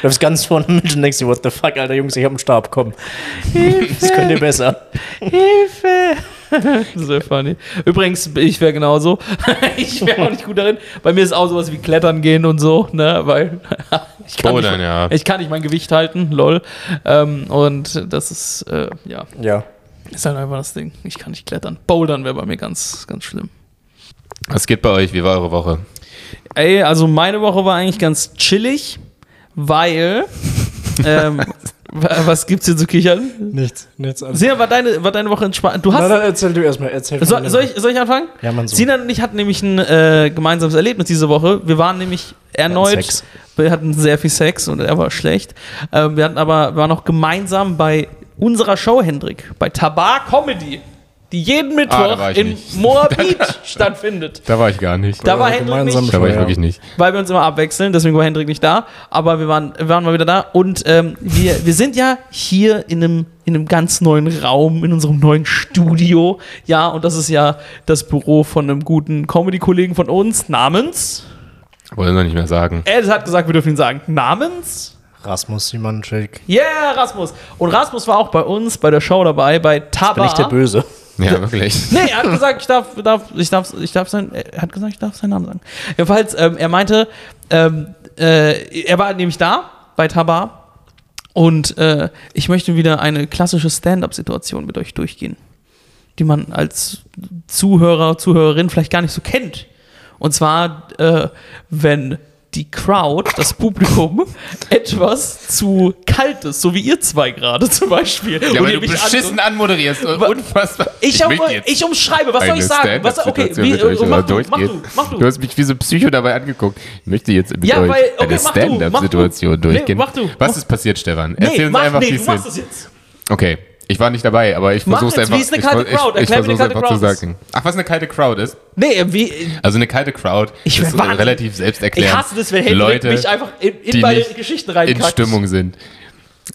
Läufst ganz vorne mit und denkst dir, what the fuck, Alter Jungs, ich hab einen Stab,
<laughs>
komm. Das könnt ihr besser.
<laughs> Hilfe! Sehr funny. Übrigens, ich wäre genauso. <laughs> ich wäre auch nicht gut darin. Bei mir ist auch sowas wie Klettern gehen und so, ne? Weil <laughs> ich kann,
Bouldern,
nicht,
ja.
ich kann nicht mein Gewicht halten, lol. Ähm, und das ist, äh, ja,
Ja.
ist halt einfach das Ding. Ich kann nicht klettern. Bouldern wäre bei mir ganz, ganz schlimm.
Was geht bei euch? Wie war eure Woche?
Ey, also meine Woche war eigentlich ganz chillig, <laughs> weil. ähm, wa- was gibt's hier zu kichern?
Nichts, nichts anderes.
Sina, war deine, war deine Woche entspannt? Du hast.
Na, dann erzähl du erstmal, erzähl
soll, soll, ich, soll ich anfangen?
Ja, Mann, so.
Sinan und ich hatten nämlich ein äh, gemeinsames Erlebnis diese Woche. Wir waren nämlich erneut.
Sex.
Wir hatten sehr viel Sex und er war schlecht. Ähm, wir hatten aber, wir waren auch gemeinsam bei unserer Show, Hendrik, bei Tabar Comedy, die jeden Mittwoch
war ich
in
nicht.
Moabit stattfindet.
Da war ich gar nicht.
Da war Hendrik
gemeinsam
nicht.
Da war ich wirklich nicht.
weil wir uns immer abwechseln, deswegen war Hendrik nicht da, aber wir waren, wir waren mal wieder da und ähm, wir, wir sind ja hier in einem, in einem ganz neuen Raum, in unserem neuen Studio, ja, und das ist ja das Büro von einem guten Comedy-Kollegen von uns, namens,
Wollen wir nicht mehr sagen.
er hat gesagt, wir dürfen ihn sagen, namens,
Rasmus Simanczyk.
yeah, Rasmus, und Rasmus war auch bei uns bei der Show dabei, bei
Bin ich der
Taba.
Böse?
Ja,
<laughs>
wirklich.
Nee, er hat gesagt, ich darf, darf, ich darf, ich darf sein, er hat gesagt, ich darf seinen Namen sagen. Jedenfalls, ähm, er meinte, ähm, äh, er war nämlich da bei Tabar und äh, ich möchte wieder eine klassische Stand-up-Situation mit euch durchgehen, die man als Zuhörer, Zuhörerin vielleicht gar nicht so kennt. Und zwar, äh, wenn die Crowd, das Publikum, <laughs> etwas zu kalt ist, so wie ihr zwei gerade zum Beispiel.
Ja,
Und
weil
ihr
du
mich
beschissen anmoderierst. und
Wa-
Unfassbar.
ich,
will
ich,
jetzt
ich umschreibe, was soll
eine
ich sagen? Was, okay,
Stand-up-Situation
wie,
mit euch, aber
äh, mach, du, mach du,
durchgeht.
mach du.
Du hast mich wie so Psycho dabei angeguckt. Ich möchte jetzt mit
Ja,
euch
weil- okay,
eine
mach du, mach
Stand-up-Situation
du. Nee,
durchgehen.
mach du.
Was ist passiert, Stefan?
nee,
Erzähl uns
mach,
einfach,
nee,
wie
du
es
machst
ist.
das jetzt.
Okay, ich war nicht dabei, aber ich
Mach
versuche es
jetzt,
einfach.
wie ist eine kalte
ich, versuch-
Crowd?
Ich, ich
Erklär mir eine
versuch's
kalte
einfach zu
Crowd.
sagen. Ach, was eine kalte Crowd ist?
Nee, äh, wie,
Also eine kalte Crowd
Ich werd
ist äh,
wahnsinnig.
relativ selbsterklärend.
ich hasse das, wenn Hendrik
Leute
mich einfach in, in
die
meine
nicht
Geschichten
in
reinkackt.
Stimmung sind.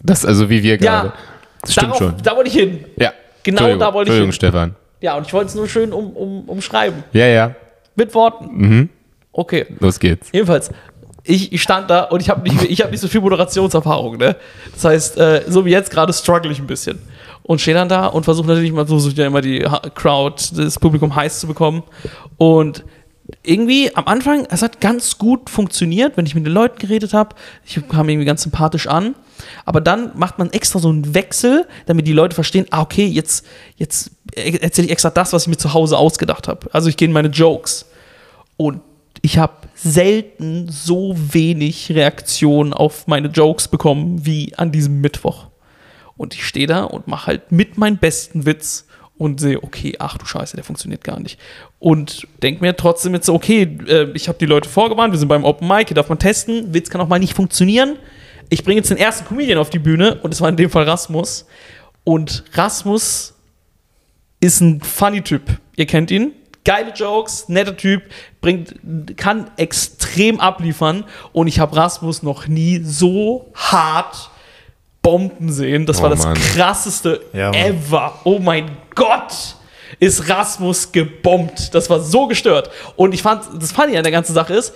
Das also wie wir
Ja.
gerade. Das stimmt
Darauf,
schon.
Da wollte ich hin.
Ja.
genau
Entschuldigung,
da wollte ich
Entschuldigung,
hin.
Stefan.
Ja, und ich wollte es nur schön um, um, umschreiben.
Ja, ja.
Mit Worten.
Mhm.
Okay.
Los geht's.
Jedenfalls, ich, ich stand da und ich habe nicht, ich hab nicht so viel Moderationserfahrung. Ne? Das heißt, äh, so wie jetzt gerade struggle ich ein bisschen. Und stehe dann da und versuche natürlich mal, versuche ich ja immer die Ha- Crowd, das Publikum heiß zu bekommen. Und irgendwie am Anfang, es hat ganz gut funktioniert, wenn ich mit den Leuten geredet habe. Ich kam irgendwie ganz sympathisch an. Aber dann macht man extra so einen Wechsel, damit die Leute verstehen, ah, okay, jetzt, jetzt erzähle ich extra das, was ich mir zu Hause ausgedacht habe. Also ich gehe in meine Jokes. Und ich habe selten so wenig Reaktionen auf meine Jokes bekommen wie an diesem Mittwoch. Und ich stehe da und mache halt mit meinem besten Witz und sehe, okay, ach du Scheiße, der funktioniert gar nicht. Und denke mir trotzdem jetzt so, okay, äh, ich habe die Leute vorgewarnt, wir sind beim Open Mic, hier darf man testen, Witz kann auch mal nicht funktionieren. Ich bringe jetzt den ersten Comedian auf die Bühne und es war in dem Fall Rasmus. Und Rasmus ist ein funny Typ. Ihr kennt ihn. Geile Jokes, netter Typ, bringt, kann extrem abliefern. Und ich habe Rasmus noch nie so hart Bomben sehen. Das war
Oh,
das
Mann.
krasseste
Ja, Mann.
ever. Oh mein Gott! Ist Rasmus gebombt. Das war so gestört. Und ich fand, das Funny an der ganzen Sache ist,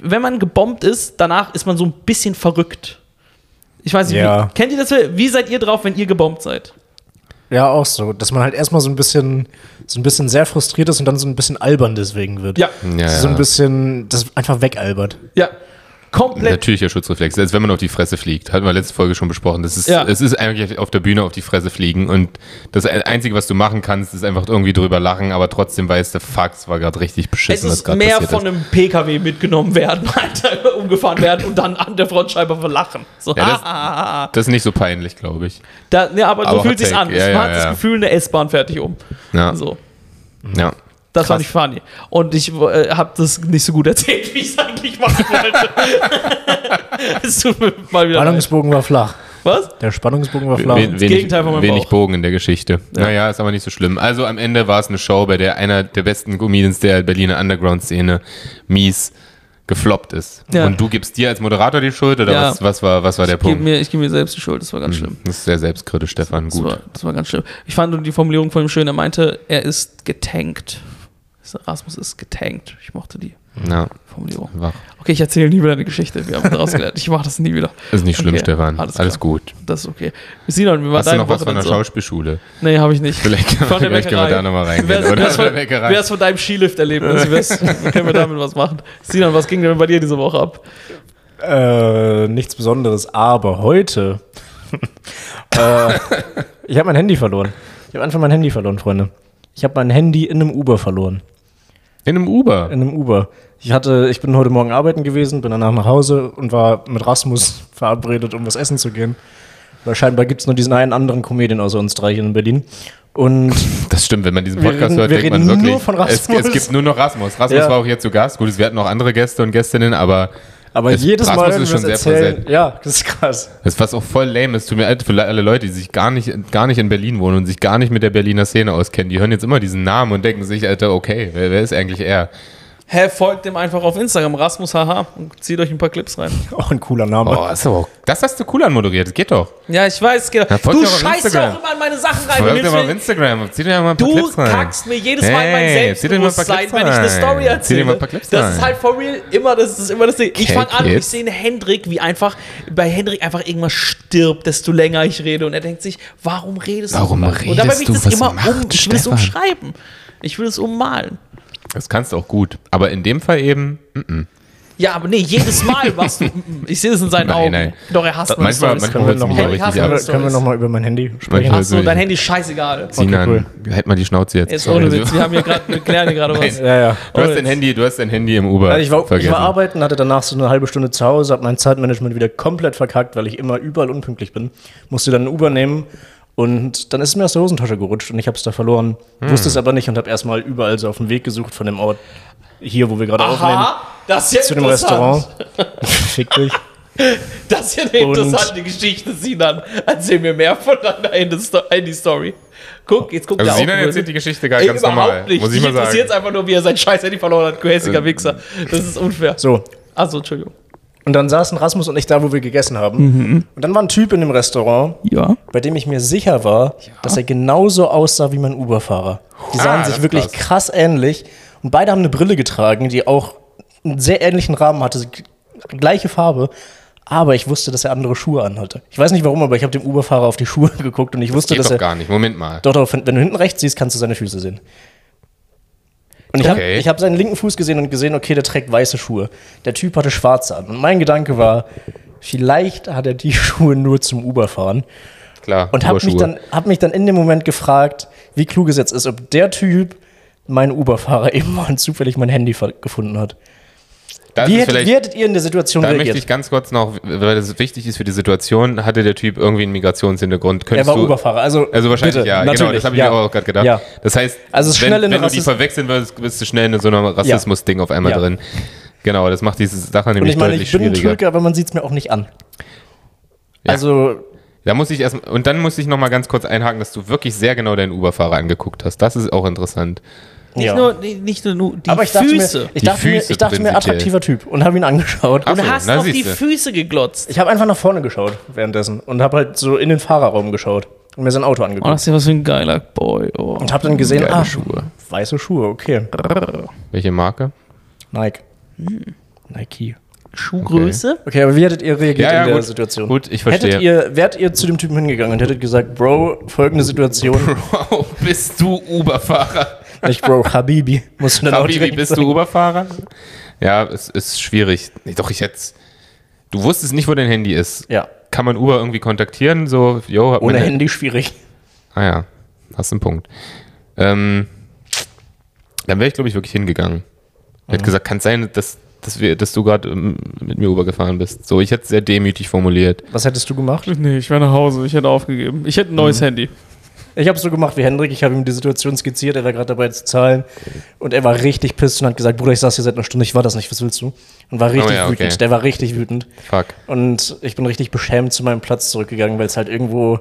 wenn man gebombt ist, danach ist man so ein bisschen verrückt. Ich weiß nicht,
Ja.
wie, kennt ihr das? Wie seid ihr drauf, wenn ihr gebombt seid?
Ja, auch so. Dass man halt erstmal so ein bisschen, so ein bisschen sehr frustriert ist und dann so ein bisschen albern deswegen wird.
Ja.
Ja,
So ein
ja.
bisschen, das einfach wegalbert.
Ja. Komplett
Natürlicher Schutzreflex, selbst wenn man auf die Fresse fliegt, hatten wir letzte Folge schon besprochen. Das ist,
Ja.
es ist eigentlich auf der Bühne auf die Fresse fliegen und das Einzige, was du machen kannst, ist einfach irgendwie drüber lachen, aber trotzdem weißt du, fuck, es war gerade richtig
Es
beschissen, was
ist
gerade
mehr
passiert
von
ist.
einem PKW mitgenommen werden, <laughs> Alter, umgefahren werden und dann an der Frontscheibe verlachen. So,
Ja, das-
ah, ah, ah.
Das ist nicht so peinlich, glaube ich.
<laughs> Da, ja, aber, so
Aber
fühlt
Hot
sich's
Take,
an.
ja,
man
ja,
hat das
ja.
Gefühl, eine S-Bahn fertig um.
Ja,
So,
ja.
das fand ich funny. Und ich äh, habe das nicht so
<laughs>
gut <laughs> erzählt, wie ich es eigentlich machen wollte. es tut mir mal wieder leid.
Ballungsbogen war flach.
Was?
Der Spannungsbogen war flach.
Wen, wenig,
Gegenteil von meinem
wenig
Bauch.
Bogen in der Geschichte. Naja, ist aber nicht so schlimm. Also am Ende war es eine Show, bei der einer der besten Comedians der Berliner Underground-Szene mies gefloppt ist.
Ja.
Und du gibst dir als Moderator die Schuld oder
Ja.
was, was, war, was war der
Ich gebe
Punkt?
mir, ich geb mir selbst die Schuld, das war ganz schlimm.
Das ist sehr selbstkritisch, Stefan.
Das
Mhm. Gut.
war, das war ganz schlimm. Ich fand nur die Formulierung von ihm schön. Er meinte, er ist getankt. Rasmus ist getankt. Ich mochte die
Ja,
Formulierung.
wach.
Okay, ich erzähle nie wieder eine Geschichte. Wir haben daraus gelernt. Ich mache das nie wieder.
Ist nicht schlimm,
Okay,
Stefan.
alles
Alles,
klar.
gut.
Das ist okay. Sinon, wie war
Hast du
deine
noch was
Woche
von der
denn so?
Schauspielschule?
Nee, habe ich nicht.
Vielleicht können wir-
Von der
vielleicht können wir da
Bäckerei.
noch mal reingehen,
Wär's-
oder?
wär's
Von
von,
der Bäckerei.
wer ist von deinem
<laughs>
Skilift-Erlebnis? Wär's- können wir damit was machen? Sinan, was ging denn bei dir diese Woche ab?
Äh, nichts Besonderes, aber heute. <laughs> äh, ich habe mein Handy verloren. Ich habe einfach mein Handy verloren, Freunde. Ich habe mein Handy in einem Uber verloren.
In einem Uber.
In einem Uber. Ich hatte, ich bin heute Morgen arbeiten gewesen, bin danach nach Hause und war mit Rasmus <laughs> verabredet, um was essen zu gehen. Weil scheinbar gibt es nur diesen einen anderen Comedian außer uns drei hier in Berlin.
<laughs>
Und
Das stimmt, wenn man diesen
Wir
Podcast
reden-
hört,
wir
denkt
reden
man wirklich.
nur von
es,
Rasmus.
es gibt nur noch Rasmus. Rasmus
Ja.
war auch hier zu Gast. Gut, es- wir hatten noch andere Gäste und Gästinnen, aber
aber
Es-
jedes
Rasmus
Mal, wenn
ist
wir das
schon sehr
erzählen, ja, das ist krass. <laughs>
Das was auch voll lame ist, tut mir leid für le- alle Leute, die sich gar nicht, gar nicht in Berlin wohnen und sich gar nicht mit der Berliner Szene auskennen. Die hören jetzt immer diesen Namen und denken sich, Alter, okay, wer, wer ist eigentlich er?
Hä, folgt dem einfach auf Instagram, Rasmus HH und zieht euch ein paar Clips rein.
Auch ein cooler Name.
Oh, ist aber auch, das hast du cool anmoderiert, das geht doch.
Ja, ich weiß, genau.
Ja, folgt
du
mir auch auf
scheißt ja
Instagram.
auch immer in meine Sachen rein. und
Folgt mir
nimmst
mal auf
mir-
Instagram, zieh dir ja mal ein paar
Du
Clips rein.
kackst mir jedes Mal in mein
Hey, zieh dir mal ein paar
Selbstbewusstsein,
Clips
wenn ich
rein.
eine Story
Zieh dir
erzähle.
mal ein paar Clips
das ist
rein.
halt for real immer, das ist immer das Ding. Ich
Okay,
fange an, und ich
Kids.
sehe einen Hendrik, wie einfach bei Hendrik einfach irgendwas stirbt, desto länger ich rede. Und er denkt sich, warum redest
Warum
du? so lange? und dabei
redest
will ich
du?
das
Was
immer
macht
um. Ich will es
Stefan?
umschreiben. Ich will es ummalen.
Das kannst du auch gut. Aber in dem Fall eben,
Ja, aber nee, jedes Mal machst du.
<laughs>
Ich sehe das in seinen
Nein,
Augen.
nein.
Doch, er hasst meine
manchmal,
Stories.
manchmal hört es mich auch
Hey, hast
richtig
du
ab.
das?
können wir nochmal über mein Handy sprechen?
Manchmal-
Achso, dein Handy ist scheißegal.
Sinan,
Okay,
halt mal die Schnauze jetzt.
Jetzt
Sorry. also.
ohne Witz, wir haben hier gerade, wir klären hier
<laughs>
gerade was.
Ja, ja.
Du hast dein Handy, du hast dein Handy im Uber
Also ich, war, ich
vergessen.
war arbeiten, hatte danach so eine halbe Stunde zu Hause, habe mein Zeitmanagement wieder komplett verkackt, weil ich immer überall unpünktlich bin. Musste dann einen Uber nehmen und dann ist es mir aus der Hosentasche gerutscht und ich habe es da verloren.
Hm.
Wusste es aber nicht und habe erstmal überall so auf den Weg gesucht von dem Ort hier, wo wir gerade aufnehmen,
Aha, das ist ja
zu dem
interessant.
Restaurant. <laughs> Fick dich.
Das ist ja eine
Und-
interessante Geschichte, Sinan. Erzähl mir mehr von deiner Handy-Story. Guck, jetzt guckt
also
er auch.
Sinan
böse.
erzählt die Geschichte gar
Ey,
ganz
überhaupt
normal,
Nicht.
muss ich mal sagen.
interessiert es einfach nur, wie er sein scheiß Handy verloren hat. Du hässiger
Ähm.
Wichser. Das ist unfair.
So,
Also, Entschuldigung.
und dann saßen Rasmus und ich da, wo wir gegessen haben.
Mhm.
Und dann war ein Typ in dem Restaurant,
Ja.
bei dem ich mir sicher war, dass er genauso aussah wie mein Uber-Fahrer. Die sahen
Ah, das
sich
ist
wirklich krass. ähnlich und beide haben eine Brille getragen, die auch einen sehr ähnlichen Rahmen hatte, g- gleiche Farbe. Aber ich wusste, dass er andere Schuhe anhatte. Ich weiß nicht warum, aber ich habe dem Uber-Fahrer auf die <laughs> Schuhe geguckt und ich wusste,
Geht
dass
doch
er.
gar nicht, Moment mal.
Doch, doch, wenn wenn du hinten rechts siehst, kannst du seine Füße sehen. Und ich
Okay.
habe hab seinen linken Fuß gesehen und gesehen, okay, der trägt weiße Schuhe. Der Typ hatte schwarze an. Und mein Gedanke war, vielleicht hat er die <laughs> Schuhe nur zum Uber-Fahren.
Klar,
Und habe mich,
Urschuhe.
dann- hab mich dann in dem Moment gefragt, wie klug es jetzt ist, ob der Typ, mein Uber-Fahrer, <laughs> eben mal zufällig mein Handy ver- gefunden hat.
Das
Wie
ist
hättet,
Also vielleicht-
wie hättet ihr in der Situation
Da möchte ich
reagiert?
ganz kurz noch, weil das wichtig ist für die Situation, hatte der Typ irgendwie einen Migrationshintergrund?
Er
Könntest
war
du,
Uber-Fahrer, also,
Also wahrscheinlich
bitte,
ja,
natürlich,
genau, das habe ich
ja.
mir auch gerade gedacht.
Ja.
Das heißt,
Also es ist
wenn,
schnell in
wenn du die
Rassismus-
verwechseln würdest, bist du schnell in so einem Rassismus-Ding auf einmal
Ja.
drin. Genau, das macht diese Sache
Und
nämlich
ich meine,
deutlich
ich bin ein
schwieriger.
Türke, aber man sieht es mir auch nicht an.
Ja.
Also,
Da muss ich erst, und dann muss ich nochmal ganz kurz einhaken, dass du wirklich sehr genau deinen Uber-Fahrer angeguckt hast. Das ist auch interessant.
Nicht,
ja.
nur, nicht nur die
aber ich dachte,
Füße.
mir, ich,
Die
dachte mir,
Füße
ich dachte mir,
prinzipiell. Ah.
attraktiver Typ und habe ihn angeschaut.
Ach
du
so,
hast
na,
auf die
siehste.
Füße geglotzt.
Ich habe einfach nach vorne geschaut währenddessen und habe halt so in den Fahrerraum geschaut und mir sein Auto
Oh,
angeguckt.
das ist ja was für ein geiler Boy. Oh.
Und habe dann gesehen,
Geile
ah,
Schuhe.
weiße Schuhe, okay.
Welche Marke?
Nike.
Hm.
Nike.
Schuhgröße?
Okay, aber wie hättet ihr reagiert
Ja, ja,
in der
gut.
Situation?
Gut, ich verstehe.
Hättet ihr, wärt ihr zu dem Typen hingegangen und hättet gesagt, Bro, folgende
<laughs>
Situation.
<laughs> Wow, bist du Uber-Fahrer?
Nicht Bro, Habibi. Musst du dann auch
Habibi,
direkt
bist
sagen.
du Uberfahrer? Ja, es ist schwierig. Nee, Doch, ich jetzt. Du wusstest nicht, wo dein Handy ist.
Ja.
Kann man Uber irgendwie kontaktieren? So, yo, hab
Ohne
mein-
Handy schwierig.
Ah ja, hast einen Punkt. Ähm, dann wäre ich, glaube ich, wirklich hingegangen. Ich
Mhm.
hätte gesagt, kann es sein, dass, dass, wir, dass du gerade ähm, mit mir Uber gefahren bist. So, ich hätte es sehr demütig formuliert.
Was hättest du gemacht?
Mhm.
Nee, ich wäre nach Hause. Ich hätte aufgegeben. Ich hätte ein neues Handy.
Ich habe so gemacht wie Hendrik. Ich habe ihm die Situation skizziert. Er war gerade dabei zu zahlen. Und er war richtig pisst und hat gesagt: Bruder, ich saß hier seit einer Stunde. Ich war das nicht. Was willst du? Und war richtig
Oh ja, okay.
wütend. Der war richtig wütend.
Fuck.
Und ich bin richtig beschämt zu meinem Platz zurückgegangen, weil es halt irgendwo.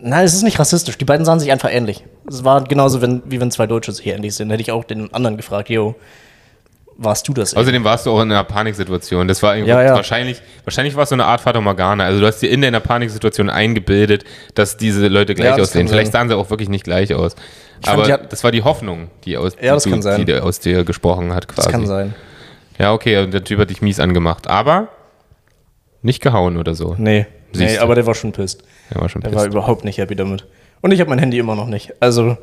Nein, es ist nicht rassistisch. Die beiden sahen sich einfach ähnlich. Es war genauso, wenn, wie wenn zwei Deutsche sich ähnlich sind. Hätte ich auch den anderen gefragt: Yo, warst du das? ey?"
Außerdem warst du auch in einer Paniksituation. Das war irgendwie
Ja, ja.
wahrscheinlich, wahrscheinlich war es so eine Art Fata Morgana. Also du hast dir in deiner Paniksituation eingebildet, dass diese Leute gleich
Ja, das
aussehen.
kann
Vielleicht
sein.
sahen sie auch wirklich nicht gleich aus.
fand,
Aber
die hat-
das war die Hoffnung, die aus,
Ja, das
die,
kann
du-
sein.
die der aus dir gesprochen hat quasi.
das kann sein.
Ja, okay, und der Typ hat dich mies angemacht. Aber nicht gehauen oder so.
Nee.
Siehst
Nee,
du.
aber der war schon pisst.
Er war schon
Der war
pissed.
überhaupt nicht happy damit. Und ich habe mein Handy immer noch nicht. Also,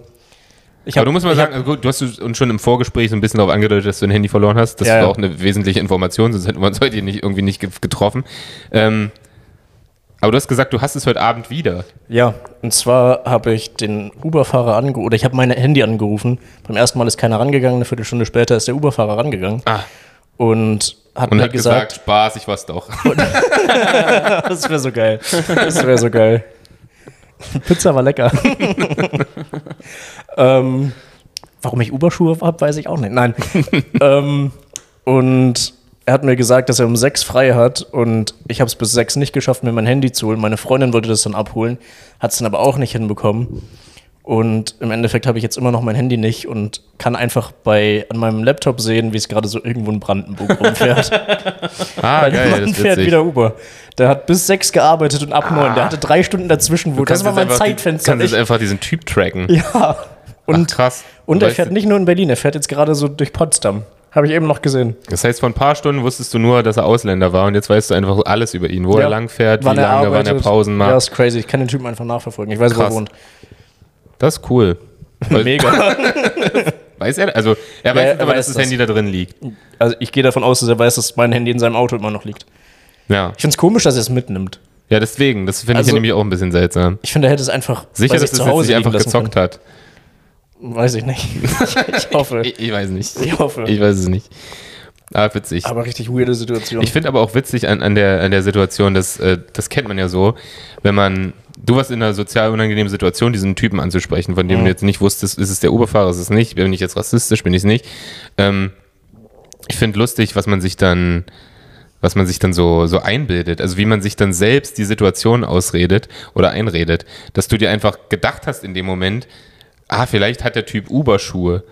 ich
Aber
habe.
du musst mal sagen, also gut, du hast uns schon im Vorgespräch so ein bisschen darauf angedeutet, dass du ein Handy verloren hast. Das
Ja,
war
ja.
auch eine wesentliche Information, sonst hätten wir uns heute hier nicht, irgendwie nicht ge- getroffen. Ähm, aber du hast gesagt, du hast es heute Abend wieder.
Ja, und zwar habe ich den Uber-Fahrer angerufen, oder ich habe mein Handy angerufen. Beim ersten Mal ist keiner rangegangen, eine Viertelstunde später ist der Uber-Fahrer rangegangen
Ah,
und hat
und
mir
hat gesagt,
gesagt,
Spaß, ich war's doch.
das wäre so geil, das wäre so geil. Pizza war lecker. <laughs> ähm, warum ich Uberschuhe habe, weiß ich auch nicht. <laughs> Nein. ähm, und er hat mir gesagt, dass er um sechs frei hat und ich habe es bis sechs nicht geschafft, mir mein Handy zu holen. Meine Freundin wollte das dann abholen, hat es dann aber auch nicht hinbekommen. Und im Endeffekt habe ich jetzt immer noch mein Handy nicht und kann einfach bei an meinem Laptop sehen, wie es gerade so irgendwo in Brandenburg <laughs> rumfährt.
Ah,
Weil der
geil,
Mann
das ist
fährt
witzig. Ah.
wieder Uber. Der hat bis sechs gearbeitet und ab neun. Der hatte drei Stunden dazwischen. Wo
Du kannst
das war
jetzt
mein
einfach-
Zeitfenster.
Du kannst
Ich,
jetzt einfach diesen Typ tracken.
ja.
Ach,
Und,
krass.
und
Du
er
weißt-
fährt nicht nur in Berlin, er fährt jetzt gerade so durch Potsdam. Habe ich eben noch gesehen.
Das heißt, vor ein paar Stunden wusstest du nur, dass er Ausländer war und jetzt weißt du einfach alles über ihn, wo
Ja.
er lang fährt, wie
Wann
lange,
er arbeitet.
wann er Pausen macht.
Ja, ist crazy. Ich kann den Typen einfach nachverfolgen. Ich weiß, wo er
Krass. <laughs>
wohnt.
Das ist cool.
<laughs>
Mega. weiß er, also er weiß
er
aber,
weiß
dass das,
das.
Handy da drin liegt.
Also ich gehe davon aus, dass er weiß, dass mein Handy in seinem Auto immer noch liegt.
Ja.
Ich finde es komisch, dass er es mitnimmt.
Ja, deswegen. Das finde ich
Also-
nämlich auch ein bisschen seltsam.
Ich finde, er hätte es einfach bei
Sicher, dass
sich
das
zu
jetzt
Hause
nicht einfach
liegen lassen
gezockt hat.
können. Weiß ich
<laughs>
nicht. ich hoffe.
Ich, ich weiß nicht.
Ich hoffe.
Ich weiß es nicht. Aber witzig.
Aber richtig weirde Situation.
Ich finde aber auch witzig an, an, der, an der Situation, das, äh, das kennt man ja so, wenn man, du warst in einer sozial unangenehmen Situation, diesen Typen anzusprechen, von dem du jetzt nicht wusstest, ist es der Oberfahrer, ist es nicht, bin ich jetzt rassistisch, bin ich es nicht. Ähm, ich finde lustig, was man sich dann, was man sich dann so, so einbildet, also wie man sich dann selbst die Situation ausredet oder einredet, dass du dir einfach gedacht hast in dem Moment, ah, vielleicht hat der Typ Uberschuhe.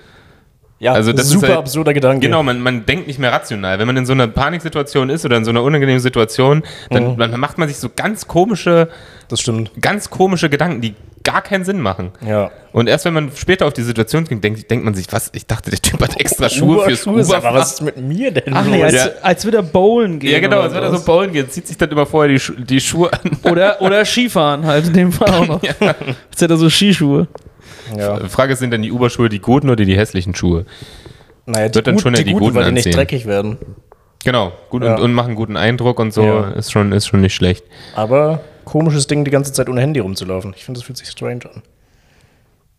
ja,
also das ist
super
halt-
absurder Gedanke.
Genau, man, man denkt nicht mehr rational. Wenn man in so einer Paniksituation ist oder in so einer unangenehmen Situation, dann,
Mhm.
dann macht man sich so ganz komische,
Das stimmt.
ganz komische Gedanken, die gar keinen Sinn machen.
Ja.
Und erst wenn man später auf die Situation kommt, denkt, denkt man sich, was, ich dachte, der Typ hat extra Schuhe fürs
Uberschuhe, sag mal,
Uber.
was ist mit mir denn
Ach
los?
nee, als,
Ja.
als würde er bowlen gehen.
Ja genau, als
oder
wenn er so
sowas.
bowlen geht, zieht sich dann immer vorher die, Schu- die Schuhe an.
Oder, oder Skifahren halt, in dem Fall auch <laughs> noch. Jetzt hat er so Skischuhe.
Ja.
Frage ist, sind dann die Uberschuhe die guten oder die hässlichen Schuhe?
Naja, die
Wird dann
gut-
schon ja die
guten,
guten
weil die nicht
anziehen.
dreckig werden.
Genau, gut
Ja.
und, und machen guten Eindruck und so,
Ja.
ist, schon, ist schon nicht schlecht.
Aber komisches Ding, die ganze Zeit ohne Handy rumzulaufen. Ich finde, das fühlt sich strange an.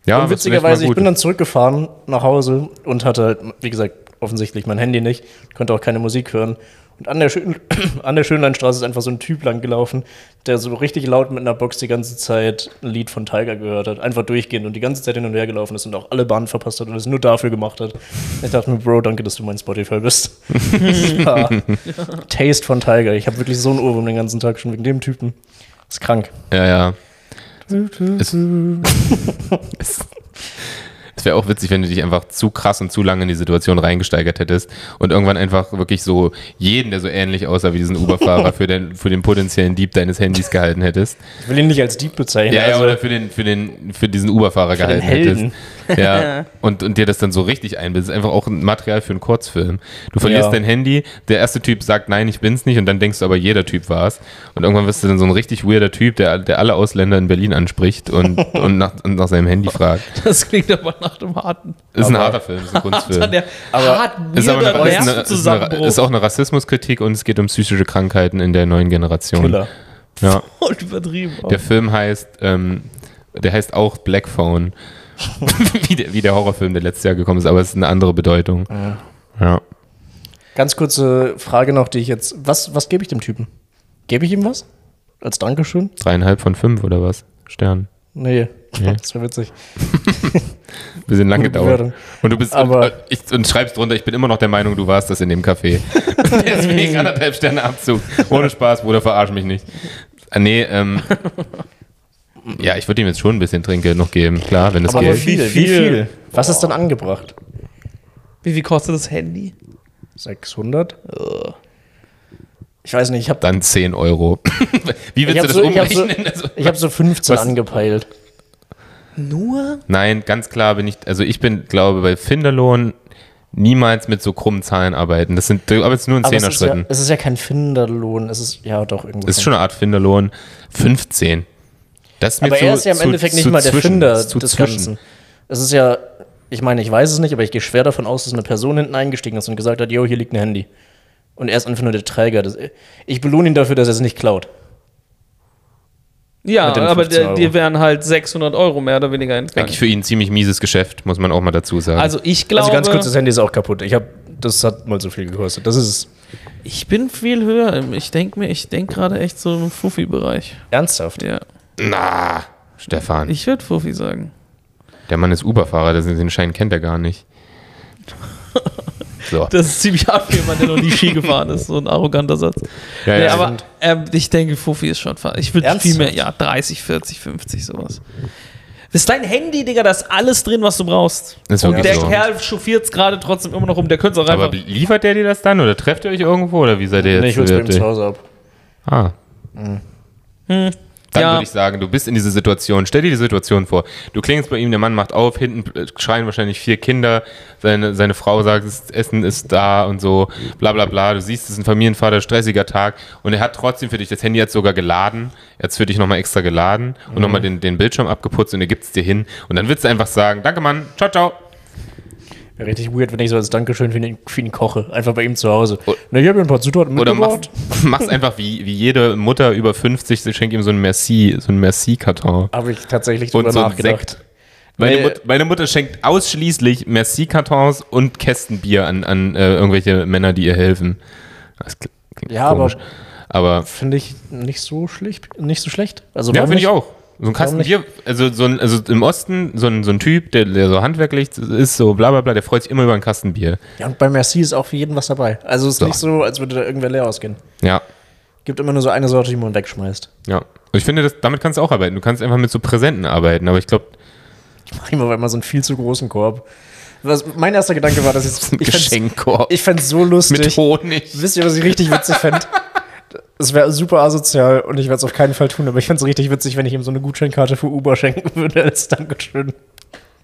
Ja,
und
was vielleicht mal
witzigerweise, ich
gut
bin
ist.
dann zurückgefahren nach Hause und hatte, halt, wie gesagt, offensichtlich mein Handy nicht, konnte auch keine Musik hören. Und an der, Schön <clears throat> an der Schönleinstraße ist einfach so ein Typ lang gelaufen, der so richtig laut mit einer Box die ganze Zeit ein Lied von Tiger gehört hat. Einfach durchgehend und die ganze Zeit hin und her gelaufen ist und auch alle Bahnen verpasst hat und es nur dafür gemacht hat. Ich dachte mir, Bro, danke, dass du mein Spotify
<laughs>
bist. ja. Taste von Tiger. Ich habe wirklich so einen Ohrwurm den ganzen Tag schon wegen dem Typen. Ist krank.
Ja, ja. Es, <laughs> es, es wäre auch witzig, wenn du dich einfach zu krass und zu lange in die Situation reingesteigert hättest und irgendwann einfach wirklich so jeden, der so ähnlich aussah wie diesen Uber-Fahrer, für den, für den potenziellen Dieb deines Handys gehalten hättest.
Ich will ihn nicht als Dieb bezeichnen.
Ja, ja
also,
oder für, den, für, den, für diesen Uber-Fahrer gehalten
Helden.
hättest.
<laughs>
Ja, und, und dir das dann so richtig einbildest. Einfach auch ein Material für einen Kurzfilm. Du verlierst
Ja.
dein Handy, der erste Typ sagt, nein, ich bin's nicht, und dann denkst du aber, jeder Typ war's. Und irgendwann wirst du dann so ein richtig weirder Typ, der, der alle Ausländer in Berlin anspricht und,
<laughs>
und, nach, und nach seinem Handy fragt.
Das klingt aber nach einem harten.
Ist ein
Aber-
harter Film,
<laughs>
ist ein
Dann
Kunstfilm.
der hart
Ist, Äh, aber eine, ist, eine, ist, eine,
Nervenzusammenbruch.
ist auch eine Rassismuskritik und es geht um psychische Krankheiten in der neuen Generation.
Killer.
Ja.
voll <laughs> übertrieben. auch.
Der Film heißt, ähm, der heißt auch
<laughs>
Black Phone. wie, der, wie der Horrorfilm, der letztes Jahr gekommen ist, aber es ist eine andere Bedeutung. Ja.
Ganz kurze Frage noch, die ich jetzt. Was, was gebe ich dem Typen? Gebe ich ihm was? Als Dankeschön?
Dreieinhalb von fünf oder was? Stern.
Nee, <laughs> das wäre witzig.
Bisschen lang gedauert.
Bewertung.
Und du bist und,
Aber-
äh, ich, und schreibst drunter, ich bin immer noch der Meinung, du warst das in
<laughs>
dem Café. <laughs> Deswegen anderthalb Sterne Abzug. Ohne Spaß, Bruder, verarsch mich nicht. Ah, nee, ähm. Ja, ich würde ihm jetzt schon ein bisschen Trinkgeld noch geben, klar, wenn es
Aber
geht.
wie viel? Wie viel? Was ist dann angebracht?
Wie viel kostet das Handy?
600? Ich weiß nicht, ich habe
Dann 10 Euro. <laughs> wie willst
Ich hab
du das
so- ich hab so-
umrechnen? <laughs> Also-
ich hab so 15
Was-
angepeilt.
Nur?
Nein, ganz klar bin ich, also ich bin, glaube bei Finderlohn niemals mit so krummen Zahlen arbeiten. Das sind aber jetzt nur in
Aber es ist, ja,
Zehner-Schritten.
es ist ja kein Finderlohn, es ist ja doch irgendwo.
Das ist schon eine Art Finderlohn. 15. Das ist mir
aber
zu,
er ist ja im
zu,
Endeffekt nicht
zu
mal der
zwischen.
Finder
Das ist zu
des
zwischen.
Ganzen. Es ist ja, ich meine, ich weiß es nicht, aber ich gehe schwer davon aus, dass eine Person hinten eingestiegen ist und gesagt hat, yo, hier liegt ein Handy. Und er ist einfach nur der Träger. Das, ich belohne ihn dafür, dass er es nicht klaut.
Ja,
Mit den
aber
15
dir,
Euro.
dir wären halt 600 Euro mehr oder weniger entgangen.
Eigentlich für ihn ein ziemlich mieses Geschäft, muss man auch mal dazu sagen.
Also ich glaube,
also ganz kurz, das Handy ist auch kaputt. Ich habe, das hat mal so viel gekostet. Das ist
ich bin viel höher. Ich denke mir, ich denke gerade echt so im Fuffi-Bereich.
ernsthaft.
Ja,
Na, Stefan.
ich würde Fuffi sagen.
der Mann ist Uber-Fahrer, das- den Schein kennt er
<laughs>
gar nicht. So.
Das ist ziemlich hart für jemanden, der noch nie Ski gefahren ist. <laughs> So ein arroganter Satz.
ja, also
nee,
ja,
aber ähm, ich denke, Fuffi ist schon fa- Ich würde
Ernsthaft?
viel mehr, ja, 30, 40, 50, sowas. Das ist dein Handy, Digga, da ist alles drin, was du brauchst.
Ist
Und
wirklich
der
so.
Kerl chauffiert es gerade trotzdem immer noch um. Der könnte es auch
aber
einfach.
liefert der dir das dann oder trefft ihr euch irgendwo oder wie seid ihr jetzt?
Nee, ich hol's bei ihm
habt ihr-
zu Hause ab.
Ah.
Hm.
Dann
Ja.
würde ich sagen, du bist in diese Situation. Stell dir die Situation vor. Du klingelst bei ihm, der Mann macht auf, hinten äh, schreien wahrscheinlich vier Kinder, seine, seine Frau sagt, das Essen ist da und so, bla bla bla. Du siehst, es ist ein Familienvater, stressiger Tag und er hat trotzdem für dich, das Handy hat sogar geladen, er hat es für dich nochmal extra geladen und
Mhm.
nochmal den, den Bildschirm abgeputzt und er gibt es dir hin und dann willst du einfach sagen, danke Mann, ciao, ciao.
Wäre richtig weird, wenn ich so als Dankeschön für ihn, für ihn koche. Einfach bei ihm zu Hause. Na, ich habe ein paar Zutaten
Oh. Oder
mitgebracht.
<laughs> machst, machst einfach wie, wie jede Mutter über 50, sie schenkt ihm so ein Merci, so ein Merci-Karton.
Habe ich tatsächlich
Und
drüber
so ein
nachgedacht.
Sekt. Meine,
Nee.
Mut, meine Mutter schenkt ausschließlich Merci-Kartons und Kästen Bier an, an äh, irgendwelche Männer, die ihr helfen. Das kli- klingt
Ja, aber-
komisch. Aber,
Finde ich nicht so schlecht. Nicht so schlecht. Also
ja,
warum
finde ich
nicht?
auch. So ein Kasten
nicht?
Bier, also, so ein, also im Osten, so ein, so ein Typ, der, der so handwerklich ist, so bla bla bla, der freut sich immer über ein Kasten Bier.
Ja, und bei Merci ist auch für jeden was dabei. Also es ist
So.
nicht so, als würde da irgendwer leer ausgehen.
Ja,
Gibt immer nur so eine Sorte, die man wegschmeißt. <laughs>
ja. Und ich finde, das, damit kannst du auch arbeiten. Du kannst einfach mit so Präsenten arbeiten, aber ich glaube,
Mach immer mal so einen viel zu großen Korb. Was, mein erster Gedanke war, dass <laughs> ich
<laughs> ein
ich fänd's- <laughs>
Geschenkkorb
ich fänd's so lustig.
mit Honig.
Wisst ihr, was ich richtig witzig fände?
<laughs>
Es wäre super asozial und ich werde es auf keinen Fall tun, aber ich fände es richtig witzig, wenn ich ihm so eine Gutscheinkarte für Uber <laughs> schenken würde als Dankeschön.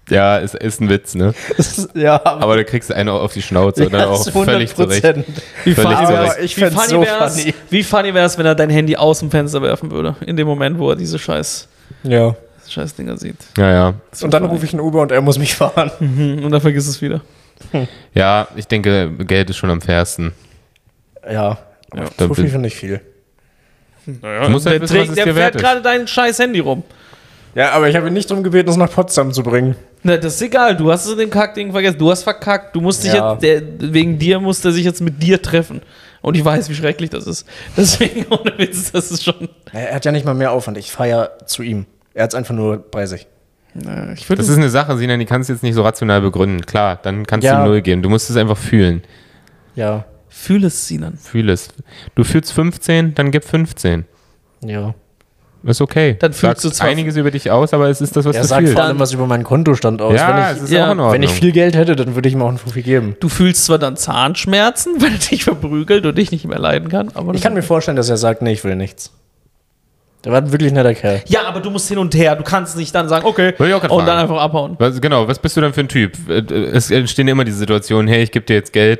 Ja, ist, ist ein Witz, ne?
Das ist, ja,
Aber da kriegst du eine auf die Schnauze und dann
Ja,
auch völlig zurecht.
100%.
Wie
Völlig
funny
zu
wär's,
Recht.
Ich
wie
fänd's
funny
so
wär's,
funny.
wie funny wär's, wenn er dein Handy aus dem Fenster werfen würde, in dem Moment, wo er diese scheiß,
Ja.
scheiß Dinger sieht.
Ja, ja.
Und dann rufe ich einen Uber und er muss mich fahren.
Mhm, Und dann vergiss es wieder.
Ja, ich denke, Geld ist schon am fairsten.
Ja. Aber
Dann
so viel
bin-
finde ich viel.
Du musst halt wissen,
Der,
was
trägt,
es
der
dir wert
fährt
ist.
gerade dein scheiß Handy rum.
Ja, aber ich habe ihn nicht darum gebeten, es nach Potsdam zu bringen.
Na, das ist egal, du hast es in dem Kackding vergessen. Du hast verkackt. Du musst dich
Ja.
jetzt, der, wegen dir muss der sich jetzt mit dir treffen. Und ich weiß, wie schrecklich das ist. Deswegen, <laughs> ohne Witz, das ist schon.
Er hat ja nicht mal mehr Aufwand. Ich fahre ja zu ihm. Er hat es einfach nur bei sich.
Na, ich würde
Das ist eine Sache, Sinan, die kannst du jetzt nicht so rational begründen. Klar, dann kannst
Ja.
du null geben. Du musst es einfach fühlen.
Ja.
fühle es, Sinan.
Fühl es. Du fühlst 15, dann gib 15.
Ja.
Ist okay.
Dann fühlst
Sagt
du zwar-
einiges über dich aus, aber es ist das, was
Er
du
sagt
fühlst.
vor allem was über meinen Kontostand aus.
ja,
wenn,
es
ich,
ist
ja,
auch in Ordnung.
wenn ich viel Geld hätte, dann würde ich ihm auch einen Fuffi geben.
Du fühlst zwar dann Zahnschmerzen, <laughs> weil er dich verprügelt und dich nicht mehr leiden kann, aber.
Ich kann mir vorstellen, dass er sagt, nee, ich will nichts. Der war ein wirklich netter Kerl.
ja, aber du musst hin und her. Du kannst nicht dann sagen, okay,
Würde ich auch grad
und dann
fragen.
einfach abhauen.
was, genau, was bist du dann für ein Typ? Äh, Es entstehen immer diese Situationen, hey, ich gebe dir jetzt Geld.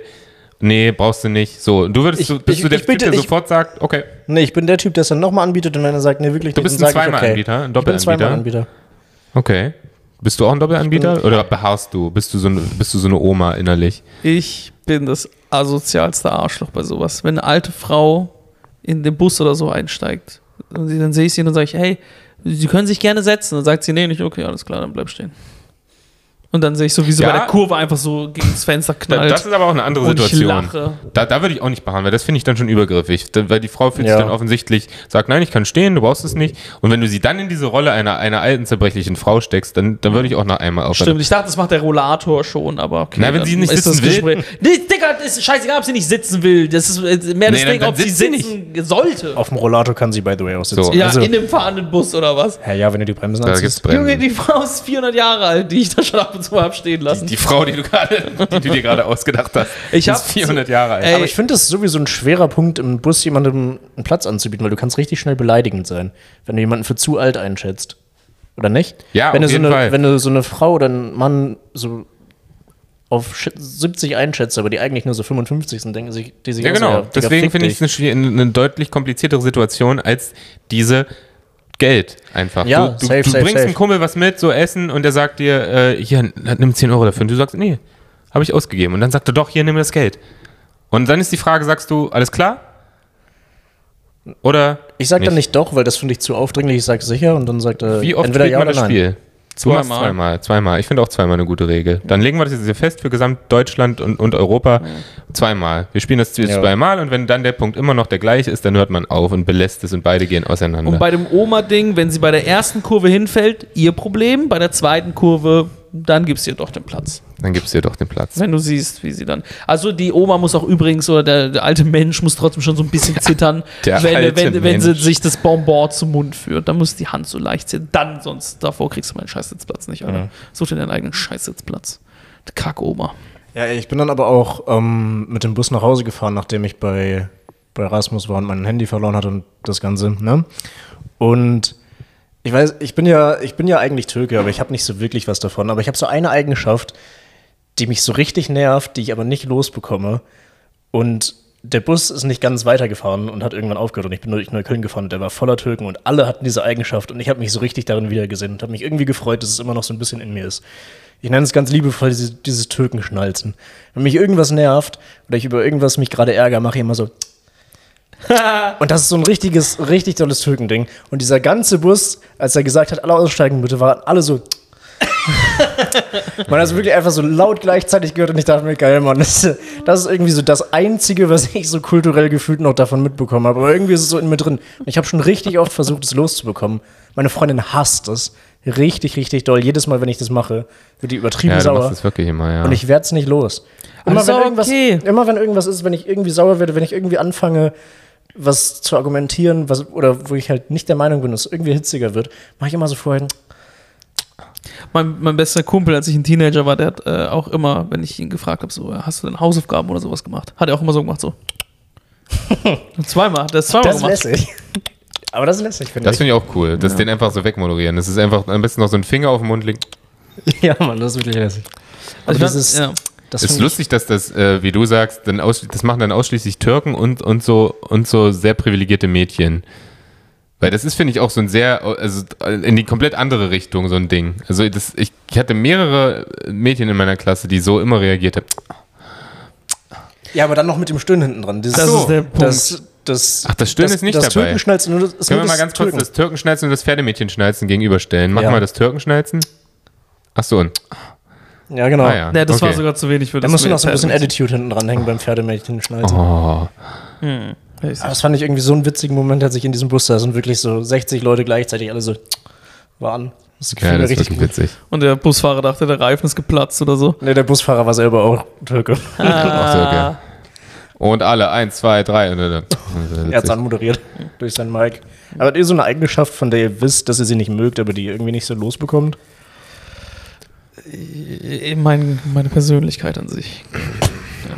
Nee, brauchst du nicht. So, du würdest,
Ich-
du, bist
ich-
du der
ich
Typ,
bitte-
der
ich-
sofort sagt, okay,
Nee, ich bin der Typ, der es dann nochmal anbietet und wenn er sagt, nee, wirklich
Du
nicht,
bist
dann
ein
sag ich,
Zweimalanbieter, ein
Ich bin
Doppelanbieter. okay. Bist du auch ein Doppelanbieter oder beharrst du? Bist du so, eine- bist du so eine Oma innerlich?
Ich bin das asozialste Arschloch bei sowas. Wenn eine alte Frau in den Bus oder so einsteigt, und sie, dann sehe ich sie und dann sage ich, hey, Sie können sich gerne setzen. Dann sagt sie, nee, nicht, okay, alles klar, dann bleib stehen. Und Und dann sehe ich so, wie sie
Ja.
bei der Kurve einfach so gegen das Fenster
Da,
knallt.
das ist aber auch eine andere
Und ich
Situation.
lache.
Da, da würde ich auch nicht beharren, weil das finde ich dann schon übergriffig. Da, weil die Frau fühlt
Ja.
sich dann offensichtlich, sagt, nein, ich kann stehen, du brauchst es nicht. Und wenn du sie dann in diese Rolle einer, einer alten, zerbrechlichen Frau steckst, dann, dann würde ich auch noch einmal aufhören.
Stimmt, ich dachte, das macht der Rollator schon, aber okay.
Na, wenn sie
dann
nicht
ist
sitzen
das
will.
Gespräch- Nee, Digga, das ist scheißegal, ob sie nicht sitzen will. Das ist äh, mehr das
Nee, dann-
Ding,
dann
ob sie
sitzt sie nicht.
sitzen sollte.
Auf dem Rollator kann sie, by the way, auch sitzen.
So.
ja,
also,
in dem fahrenden Bus oder was?
ja, ja, wenn ihr die Bremsen
Da gibt's
anziehst.
Bremsen.
Junge, die Frau ist 400 Jahre alt, die ich da schon ab und zu habe stehen lassen.
Die Frau, die du gerade, die du dir gerade ausgedacht hast,
Ich hab-
ist 400 Jahre alt.
Ey,
Äh, Aber ich finde das ist sowieso ein schwerer Punkt, im Bus jemandem einen Platz anzubieten, weil du kannst richtig schnell beleidigend sein, wenn du jemanden für zu alt einschätzt. Oder nicht?
Ja,
wenn
auf
du
jeden
so eine,
Fall.
Wenn du so eine Frau oder einen Mann so auf sch- 70 einschätzt, aber die eigentlich nur so 55 sind, denken sich, die sich
ja,
auch so,
genau.
Digga,
Deswegen
fick
finde ich
dich.
es eine, schwier- eine deutlich kompliziertere Situation als diese Geld einfach.
Ja,
du du,
safe,
du
safe,
bringst
safe.
einem Kumpel was mit, so Essen, und der sagt dir, äh, hier, n- nimm 10 Euro dafür. Und du sagst, nee, habe ich ausgegeben. Und dann sagt er, doch, hier, nimm das Geld. Und dann ist die Frage, sagst du, alles klar? Oder
Ich sag dann nicht doch, weil das finde ich zu aufdringlich. Ich sag sicher und dann sagt er
wie oft
entweder
spielt
ja
man
oder
das
nein.
Spiel? Du machst
Zweimal.
zweimal, zweimal. Ich finde auch zweimal eine gute Regel. Dann legen wir das jetzt hier fest für Gesamtdeutschland und, und Europa. Zweimal. Wir spielen das jetzt
Ja.
zweimal und wenn dann der Punkt immer noch der gleiche ist, dann hört man auf und belässt es und beide gehen auseinander.
Und bei dem Oma-Ding, wenn sie bei der ersten Kurve hinfällt, ihr Problem. Bei der zweiten Kurve, dann gibst du ihr doch den Platz.
dann gibst du dir doch den Platz.
Wenn du siehst, wie sie dann. Also die Oma muss auch übrigens, oder der, der alte Mensch muss trotzdem schon so ein bisschen zittern,
der
wenn,
alte
wenn, wenn sie
Mensch.
sich das Bonbon zum Mund führt. Dann muss die Hand so leicht zittern. Dann, sonst davor kriegst du meinen Scheißsitzplatz nicht, Alter. Such dir deinen eigenen Scheißsitzplatz. Kack-Oma.
Ja, ich bin dann aber auch ähm, mit dem Bus nach Hause gefahren, nachdem ich bei, bei Rasmus war und mein Handy verloren hatte und das Ganze. Ne? Und ich weiß, ich bin ja, ich bin ja eigentlich Türke, aber ich habe nicht so wirklich was davon. Aber ich habe so eine Eigenschaft, die mich so richtig nervt, die ich aber nicht losbekomme. Und der Bus ist nicht ganz weitergefahren und hat irgendwann aufgehört. Und ich bin durch Neukölln gefahren und der war voller Türken und alle hatten diese Eigenschaft. Und ich habe mich so richtig darin wiedergesehen und habe mich irgendwie gefreut, dass es immer noch so ein bisschen in mir ist. Ich nenne es ganz liebevoll diese, dieses Türkenschnalzen. Wenn mich irgendwas nervt oder ich über irgendwas mich gerade ärgere, mache ich immer so. und das ist so ein richtiges, richtig tolles Türkending. Und dieser ganze Bus, als er gesagt hat, alle aussteigen bitte, waren alle so. <laughs> Man hat es wirklich einfach so laut gleichzeitig gehört und ich dachte mir, geil, Mann, das, das ist irgendwie so das Einzige, was ich so kulturell gefühlt noch davon mitbekommen habe. Aber irgendwie ist es so in mir drin. Und ich habe schon richtig oft versucht, es loszubekommen. Meine Freundin hasst es. Richtig, richtig doll. Jedes Mal, wenn ich das mache, wird die übertrieben
Ja, du
sauer.
machst das wirklich immer, ja.
Und ich werde es nicht los. Immer,
ist
wenn
auch
irgendwas,
okay.
immer wenn irgendwas ist, wenn ich irgendwie sauer werde, wenn ich irgendwie anfange, was zu argumentieren, was, oder wo ich halt nicht der Meinung bin, dass es irgendwie hitziger wird, mache ich immer so vorher.
Mein, mein bester Kumpel, als ich ein Teenager war, der hat äh, auch immer, wenn ich ihn gefragt habe, so, hast du denn Hausaufgaben oder sowas gemacht? Hat er auch immer so gemacht, so.
<laughs>
Und zweimal, hat er das zweimal
Das ist
gemacht.
lässig. Aber das ist lässig, finde
das
ich.
finde ich auch cool, dass den einfach so wegmoderieren. Das ist einfach am besten noch so ein Finger auf den Mund legen.
Ja, Mann, das ist wirklich lässig.
Also
Aber
das
das
ist,
ist-
ja.
Das
Ist
finde ich-
lustig, dass das, äh, wie du sagst, dann aus, das machen dann ausschließlich Türken und, und, so, und so sehr privilegierte Mädchen. Weil das ist, finde ich, auch so ein sehr, also in die komplett andere Richtung so ein Ding. Also das, ich, ich hatte mehrere Mädchen in meiner Klasse, die so immer reagiert haben.
Ja, aber dann noch mit dem Stöhnen hinten dran. Das,
Das
so.
ist der Punkt.
das, das,
Ach, das Stöhnen ist nicht
das
dabei.
Türkenschnalzen, nur das, ist
Können
nur
wir mal
das
ganz kurz
Türken.
das Türkenschnalzen und das Pferdemädchenschnalzen gegenüberstellen? Machen
Ja.
wir das Türkenschnalzen? Ach so, und,
Ja, genau.
ah ja.
Nee, das war
okay.
sogar zu wenig für
Da
das.
musst du noch so ein bisschen
Pferd.
Attitude hinten dranhängen beim Pferdemädchenschnalzen.
Oh,
Aber Das fand ich irgendwie so einen witzigen Moment, als ich in diesem Bus saß und wirklich so 60 Leute gleichzeitig alle so waren. Das gefiel
ja,
mir
das ist
richtig gut.
wirklich witzig.
Und der Busfahrer dachte, der Reifen ist geplatzt oder
<laughs>
so.
Ne, der Busfahrer war selber auch Türke.
Auch sehr geil. Und alle, eins, zwei, drei. Und, dann-
<laughs> er hat es anmoderiert durch seinen Mic. Aber habt ihr so eine Eigenschaft, von der ihr wisst, dass ihr sie nicht mögt, aber die ihr irgendwie nicht so losbekommt?
Äh, Mein, meine Persönlichkeit an sich.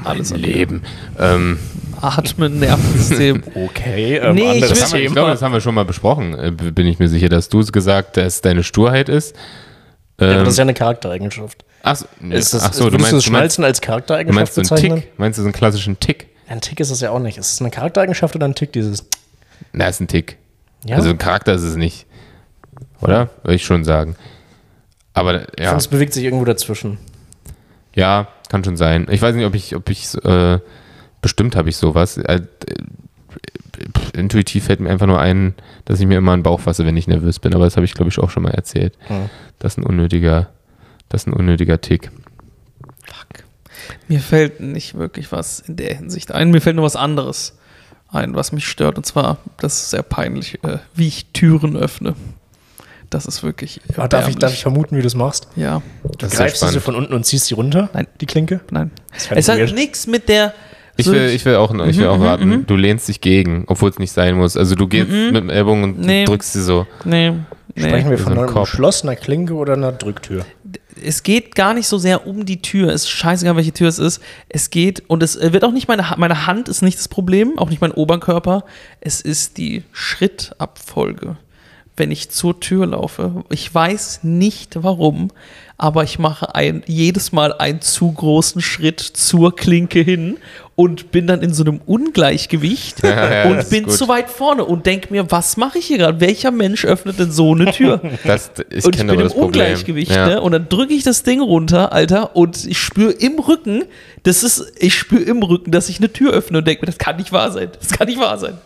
Alles an mir.
Leben. Ähm,
Atmen, Nervensystem.
Okay, ähm,
Nee, ich
anderes
Das
will-
haben wir, ich
Thema.
glaube, das haben wir schon mal besprochen, äh, b- bin ich mir sicher, dass du es gesagt dass deine Sturheit ist.
Ja,
Ähm,
aber das ist ja eine Charaktereigenschaft.
ach, so, nee,
Ist das,
ach so, du
würdest
meinst,
das
du meinst,
Schnalzen als
du meinst
Charaktereigenschaft
so einen
bezeichnen?
Tick? Meinst du so einen klassischen Tick?
Ein Tick ist das ja auch nicht. Ist es eine Charaktereigenschaft oder ein Tick, dieses?
Na, ist ein Tick.
Ja,
Also ein Charakter ist es nicht. Oder? Würde ich schon sagen. Aber
ich
ja,
finde, es bewegt sich irgendwo dazwischen.
ja, kann schon sein. Ich weiß nicht, ob ich, ob ich, äh, bestimmt habe ich sowas. Äh, äh, pf, intuitiv fällt mir einfach nur ein,
Hm.
dass ich mir immer einen Bauch fasse, wenn ich nervös bin. Aber das habe ich, glaube ich, auch schon mal erzählt. Das ist ein unnötiger, Das ist ein unnötiger Tick.
Fuck. Mir fällt nicht wirklich was in der Hinsicht ein. Mir fällt nur was anderes ein, was mich stört. Und zwar, das ist sehr peinlich, äh, wie ich Türen öffne. Das ist wirklich.
Ah, darf, ich, darf ich
erbärmlich.
vermuten, wie du das machst?
Ja,
Du
Das ist sehr
greifst sie so
spannend.
von unten und ziehst sie runter?
Nein.
Die Klinke?
nein.
fand
Es
ich
hat
weird.
nichts mit der.
Ich
so-
will, ich will auch, ich
Mhm,
will auch raten. Du lehnst dich gegen, obwohl es nicht sein muss. Also du gehst mit dem Ellbogen und
Mhm. Nee.
drückst sie so.
Nee, nee.
Sprechen wir von
so ein
einer
Korb.
geschlossener Klinke oder einer Drücktür?
es geht gar nicht so sehr um die Tür. Es ist scheißegal, welche Tür es ist. Es geht, und es äh, wird auch nicht meine, Ha- meine Hand ist nicht das Problem, auch nicht mein Oberkörper. Es ist die Schrittabfolge, wenn ich zur Tür laufe. Ich weiß nicht warum, aber ich mache ein, jedes Mal einen zu großen Schritt zur Klinke hin und bin dann in so einem Ungleichgewicht
<laughs> Ja, ja, das
und
ist
bin
gut.
zu weit vorne und denke mir, was mache ich hier gerade? Welcher Mensch öffnet denn so
<laughs>
eine Tür?
Das, ich
und
kenne
ich bin
aber
im
das Problem.
Ungleichgewicht,
Ja.
ne? Und dann drücke ich das Ding runter, Alter, und ich spüre im Rücken, das ist, ich spüre im Rücken, dass ich eine Tür öffne und denke mir, das kann nicht wahr sein. Das kann nicht
<laughs>
wahr sein.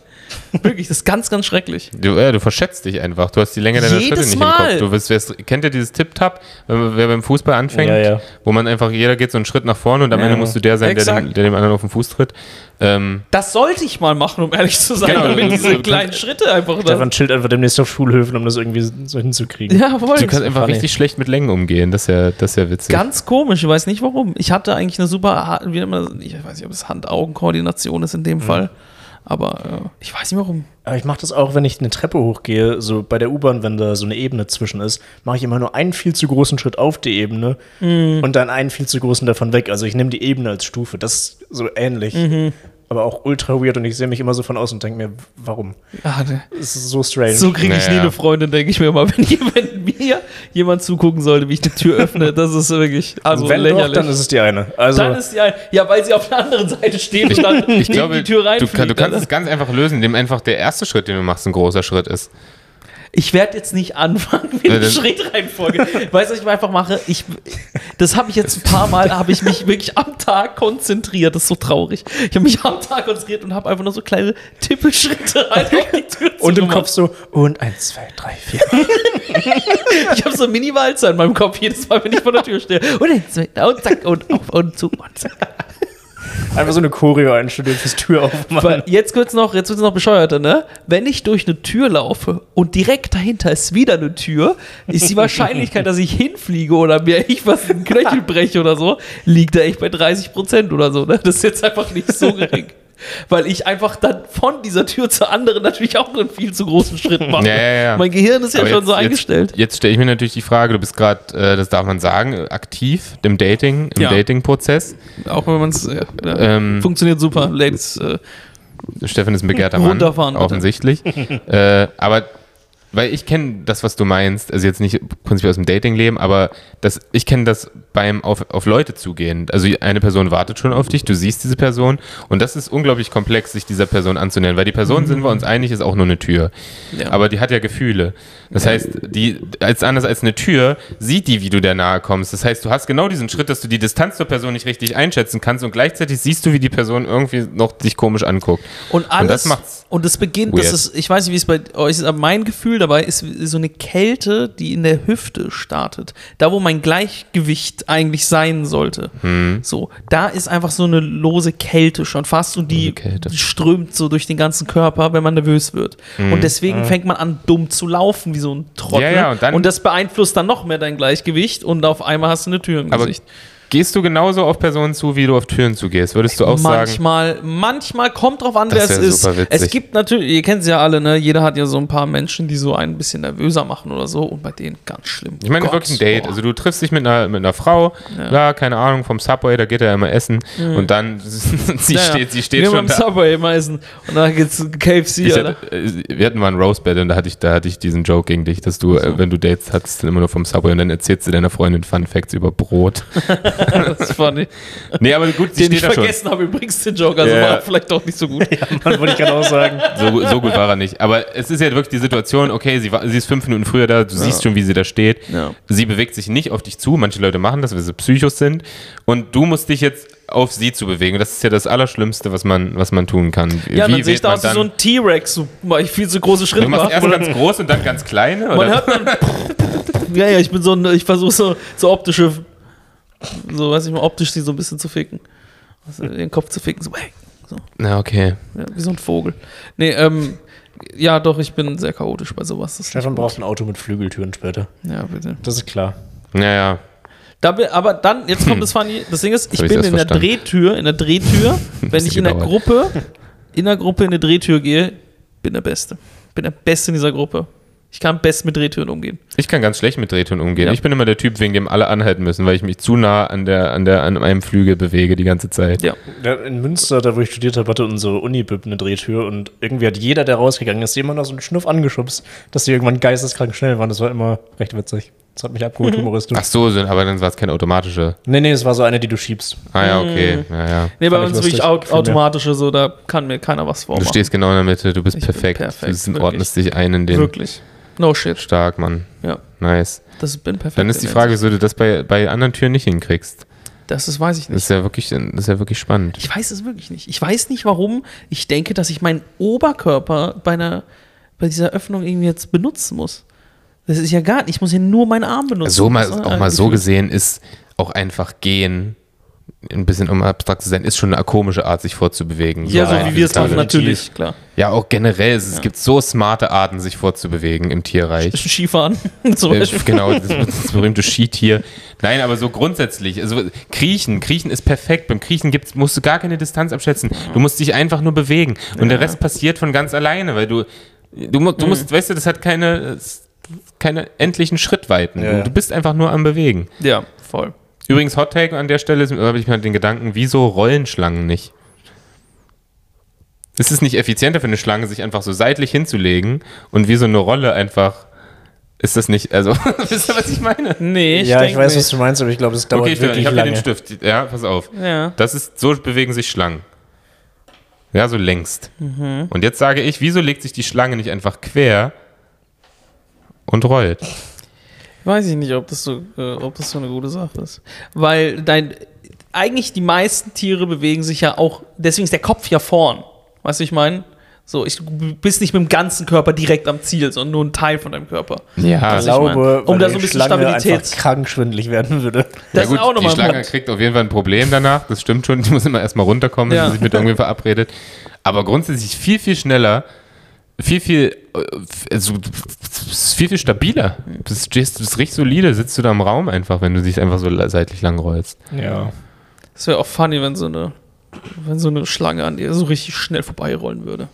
Wirklich, das ist ganz, ganz schrecklich.
Du, ja, du verschätzt dich einfach. Du hast die Länge deiner
Jedes
Schritte nicht im
Mal.
Kopf. Du wirst, wirst, kennt ihr dieses Tip-Tap, wenn man- wer beim Fußball anfängt,
Ja, ja.
wo man einfach, jeder geht so einen Schritt nach vorne und am Ende musst du der sein, der dem,
Exakt.
der dem anderen auf den Fuß tritt. Ähm,
Das sollte ich mal machen, um ehrlich zu sein,
Genau,
wenn
du-
diese
du
kleinen
kannst-
Schritte einfach da.
Stefan chillt einfach demnächst auf Schulhöfen, um das irgendwie so hinzukriegen.
Ja,
du
voll.
kannst einfach
funny.
richtig schlecht mit Längen umgehen. Das ist ja, das ist ja witzig.
Ganz komisch, ich weiß nicht warum. Ich hatte eigentlich eine super, Ha- wie nennt man das? ich weiß nicht, ob es Hand-Augen-Koordination ist in
Mhm.
dem Fall, aber äh, ich weiß nicht warum.
Aber ich mache das auch, wenn ich eine Treppe hochgehe, so bei der U-Bahn, wenn da so eine Ebene zwischen ist, mache ich immer nur einen viel zu großen Schritt auf die Ebene
Mhm.
und dann einen viel zu großen davon weg. Also ich nehme die Ebene als Stufe. Das ist so ähnlich,
Mhm.
aber auch ultra weird und ich sehe mich immer so von außen und denke mir, warum?
Ah, ne.
Es ist so strange.
So kriege ich nie
Naja.
eine Freundin, denke ich mir mal, <laughs> wenn, wenn mir jemand zugucken sollte, wie ich die Tür öffne. Das ist wirklich also
wenn
lächerlich.
doch, dann ist es die eine. Also
Dann ist die ein- ja, weil sie auf der anderen Seite steht
ich,
und dann
<laughs> ich
in
glaube,
die Tür
du,
reinfliegt.
kann, du kannst
Alter.
es ganz einfach lösen, indem einfach der erste Schritt, den du machst, ein großer Schritt ist.
ich werde jetzt nicht anfangen mit
Ja,
der
dann-
Schrittreihenfolge. weißt du, was ich einfach mache? Ich, das habe ich jetzt ein paar Mal, habe ich mich wirklich am Tag konzentriert. Das ist so traurig. Ich habe mich am Tag konzentriert und habe einfach nur so kleine Tippelschritte halt auf die Tür
und im
zugemacht.
Kopf so, und eins, zwei, drei, vier.
Ich habe so einen Mini-Walzer in meinem Kopf jedes Mal, wenn ich vor der Tür stehe. Und, jetzt, und zack, und auf und zu und zack.
<laughs> Einfach so eine Choreo einstudiert fürs Tür aufmachen.
Aber jetzt wird's noch, jetzt wird's noch bescheuerter, ne? Wenn ich durch eine Tür laufe und direkt dahinter ist wieder eine Tür, ist die Wahrscheinlichkeit, dass ich hinfliege oder mir ich was in den Knöchel breche oder so, liegt da echt bei 30 Prozent oder so, ne? Das ist jetzt einfach nicht so gering. Weil ich einfach dann von dieser Tür zur anderen natürlich auch einen viel zu großen Schritt mache.
Ja, ja, ja.
Oh, Mein Gehirn ist ja
Aber
schon
jetzt-
so eingestellt.
Jetzt, jetzt stelle ich mir natürlich die Frage, du bist gerade, äh, das darf man sagen, äh, aktiv im Dating, im
Ja.
Dating-Prozess.
Auch wenn man es. Ja, ja.
Ähm,
Funktioniert super, Ladies. Äh,
Stefan ist ein begehrter Mann,
Runterfahren, bitte.
offensichtlich. äh, aber weil ich kenne das, was du meinst, also jetzt nicht prinzipiell aus dem Datingleben, aber das, ich kenne das beim auf, auf Leute zugehen. Also eine Person wartet schon auf dich, du siehst diese Person und das ist unglaublich komplex, sich dieser Person anzunähern, weil die Person, sind wir uns einig, ist auch nur eine Tür.
Ja.
Aber die hat ja Gefühle. Das heißt, die, als anders als eine Tür, sieht die, wie du der nahe kommst. Das heißt, du hast genau diesen Schritt, dass du die Distanz zur Person nicht richtig einschätzen kannst und gleichzeitig siehst du, wie die Person irgendwie noch dich komisch anguckt.
Und alles. Und das,
das macht's
beginnt, das
weird.
ist, ich weiß nicht, wie es bei euch ist, aber mein Gefühl dabei ist so eine Kälte, die in der Hüfte startet. Da, wo mein Gleichgewicht eigentlich sein sollte.
Hm.
So, da ist einfach so eine lose Kälte schon fast und die
Lose Kälte.
strömt so durch den ganzen Körper, wenn man nervös wird. Und deswegen fängt man an, dumm zu laufen, wie so ein Trottel.
Hm. Ja, ja, und dann-
das beeinflusst dann noch mehr dein Gleichgewicht und auf einmal hast du eine Tür im
Aber
Gesicht.
Also gehst du genauso auf Personen zu, wie du auf Türen zugehst? Würdest du auch sagen,
manchmal, manchmal kommt drauf an, wer
Das
es
wär
ist.
super witzig.
Es gibt natürlich, ihr kennt sie ja alle, ne? Jeder hat ja so ein paar Menschen, die so einen ein bisschen nervöser machen oder so und bei denen ganz schlimm. Oh
ich meine
Gott,
wirklich ein Date.
boah.
Also du triffst dich mit einer, mit einer Frau, ja. keine Ahnung, vom Subway, da geht er immer essen und dann <laughs> sie
Mhm. Ja, ja.
steht, sie steht
Wir
schon
beim
da.
Subway ne? immer essen und dann geht's zu KFC,
Ich
Alter.
hatte, äh, wir hatten mal ein Roastbed und da hatte ich, da hatte ich diesen Joke gegen dich, dass du, äh, wenn du Dates hattest, dann immer nur vom Subway und dann erzählst du deiner Freundin Fun Facts über
<laughs>
Brot.
Das ist funny.
Nee, aber gut, sie
den ich
steht da schon.
vergessen habe übrigens, den Joker, also
Ja.
war vielleicht doch nicht
<laughs>
so gut.
<laughs> Mann, wollte ich gerade auch sagen.
So, so gut war er nicht. Aber es ist ja wirklich die Situation, okay, sie, war, sie ist fünf Minuten früher da, du siehst schon, wie sie da steht.
Ja.
Sie bewegt sich nicht auf dich zu. Manche Leute machen das, weil sie Psychos sind. Und du musst dich jetzt auf sie zu bewegen. Das ist ja das Allerschlimmste, was man, was man tun kann.
Ja, dann sehe ich
wählt
da
man
aus wie so ein T-Rex, so, weil ich viel zu große Schritte
Du machst
mache.
erst ganz große und dann ganz kleine?
Man
Oder?
hört dann Ja, ja, ich bin so ein, ich versuche so, so optische, so weiß ich mal, optisch sie so ein bisschen zu ficken. Also den Kopf zu ficken, so, hey,
Na, okay.
ja, wie so ein Vogel. Nee, ähm, ja, doch, ich bin sehr chaotisch bei sowas. Das ist
Stefan brauchst ein Auto mit Flügeltüren später.
ja, bitte.
Das ist klar.
Naja.
Da, bin- aber dann,
<laughs>
jetzt kommt das funny. Das Ding ist, ich
hab ich
bin in
erst
der
verstanden.
Drehtür, in der Drehtür, wenn
<laughs> bisschen
ich in der
gedauert.
Gruppe, in der Gruppe in eine Drehtür gehe, bin der Beste. Bin der Beste in dieser Gruppe. Ich kann am besten mit Drehtüren umgehen.
Ich kann ganz schlecht mit Drehtüren umgehen.
Ja.
Ich bin immer der Typ, wegen dem alle anhalten müssen, weil ich mich zu nah an der an der an einem Flügel bewege die ganze Zeit.
Ja.
Ja, In Münster, da wo ich studiert habe, hatte unsere Uni-Bib eine Drehtür und irgendwie hat jeder, der rausgegangen ist, jemand aus so einen Schnuff angeschubst, dass die irgendwann geisteskrank schnell waren. Das war immer recht witzig. Das hat mich abgeholt, humoristisch.
Ach so, sind- aber dann war es keine automatische.
Nee, nee, es war so eine, die du schiebst.
Ah ja,
Mhm.
okay. Ja, ja.
Nee, bei
Fand ich
uns wirklich
lustig.
au
Viel mehr.
automatische, so, da kann mir keiner was
Du
vormachen.
stehst genau in der Mitte, du bist
Ich bin
perfekt.
perfekt,
Du
wirklich.
ordnest dich ein in den.
Wirklich. No shit.
Stark, Mann.
Ja,
Nice.
das bin perfekt.
Dann ist die Frage, wieso du das bei, bei anderen Türen nicht hinkriegst.
Das ist, weiß ich
Das
nicht.
ist ja wirklich, das ist ja wirklich spannend.
Ich weiß es wirklich nicht. Ich weiß nicht, warum ich denke, dass ich meinen Oberkörper bei, einer, bei dieser Öffnung irgendwie jetzt benutzen muss. Das ist ja gar nicht. Ich muss ja nur meinen Arm benutzen.
So
Das
mal,
ist
auch mal so
gefühlt-
gesehen ist auch einfach gehen, ein bisschen um abstrakt zu sein, ist schon eine komische Art, sich vorzubewegen.
Ja, so
rein
wie wir es machen,
physikalisch.
natürlich. Klar.
Ja, auch generell. Es, es gibt so smarte Arten, sich vorzubewegen im Tierreich.
Skifahren <laughs> zum
Äh,
Beispiel.
genau, das, das berühmte Skitier. Nein, aber so grundsätzlich. Also Kriechen, Kriechen ist perfekt. Beim Kriechen gibt's, musst du gar keine Distanz abschätzen. Du musst dich einfach nur bewegen. Und der Rest passiert von ganz alleine, weil du, du, mu- du musst, weißt du, das hat keine, es- keine endlichen Schrittweiten.
Ja, ja.
Du bist einfach nur am Bewegen.
Ja, voll.
Übrigens, Hot Take an der Stelle ist- habe ich mal den Gedanken, wieso rollen Schlangen nicht? Ist es nicht effizienter für eine Schlange, sich einfach so seitlich hinzulegen und wie so eine Rolle einfach. Ist das nicht. Also, <laughs> wisst ihr, was ich meine?
Nee, ich
ja, ich
denke
weiß, was
nicht.
du meinst, aber ich glaube, das dauert
Okay, ich, ich
wirklich
habe hier den
lange.
Stift. Ja, pass auf.
Ja.
Das ist, so bewegen sich Schlangen. Ja, so längst. Und jetzt sage ich, wieso legt sich die Schlange nicht einfach quer und rollt?
Weiß ich nicht, ob das so, äh, ob das so eine gute Sache ist. Weil dein. Eigentlich die meisten Tiere bewegen sich ja auch, deswegen ist der Kopf ja vorn. Weißt du, ich meine? So, ich, du bist nicht mit dem ganzen Körper direkt am Ziel, sondern nur ein Teil von deinem Körper.
Ja,
Ich
Also-
glaube,
meine, um
weil
da
die
so ein bisschen
Schlange
Stabilität-
einfach krank schwindelig werden würde.
Das ist auch
die
nochmal ein
Schlange
Punkt.
kriegt auf jeden Fall ein Problem danach. Das stimmt schon. Die muss immer erstmal runterkommen, wenn
Ja.
sie sich mit irgendwem verabredet. Aber grundsätzlich viel, viel schneller, viel, viel, äh, f- also, f- viel, viel stabiler. Du stehst, du bist richtig solide, sitzt du da im Raum einfach, wenn du dich einfach so la- seitlich lang rollst.
Ja.
Das wäre auch funny, wenn so eine, wenn so eine Schlange an dir so richtig schnell
<laughs>
vorbeirollen würde.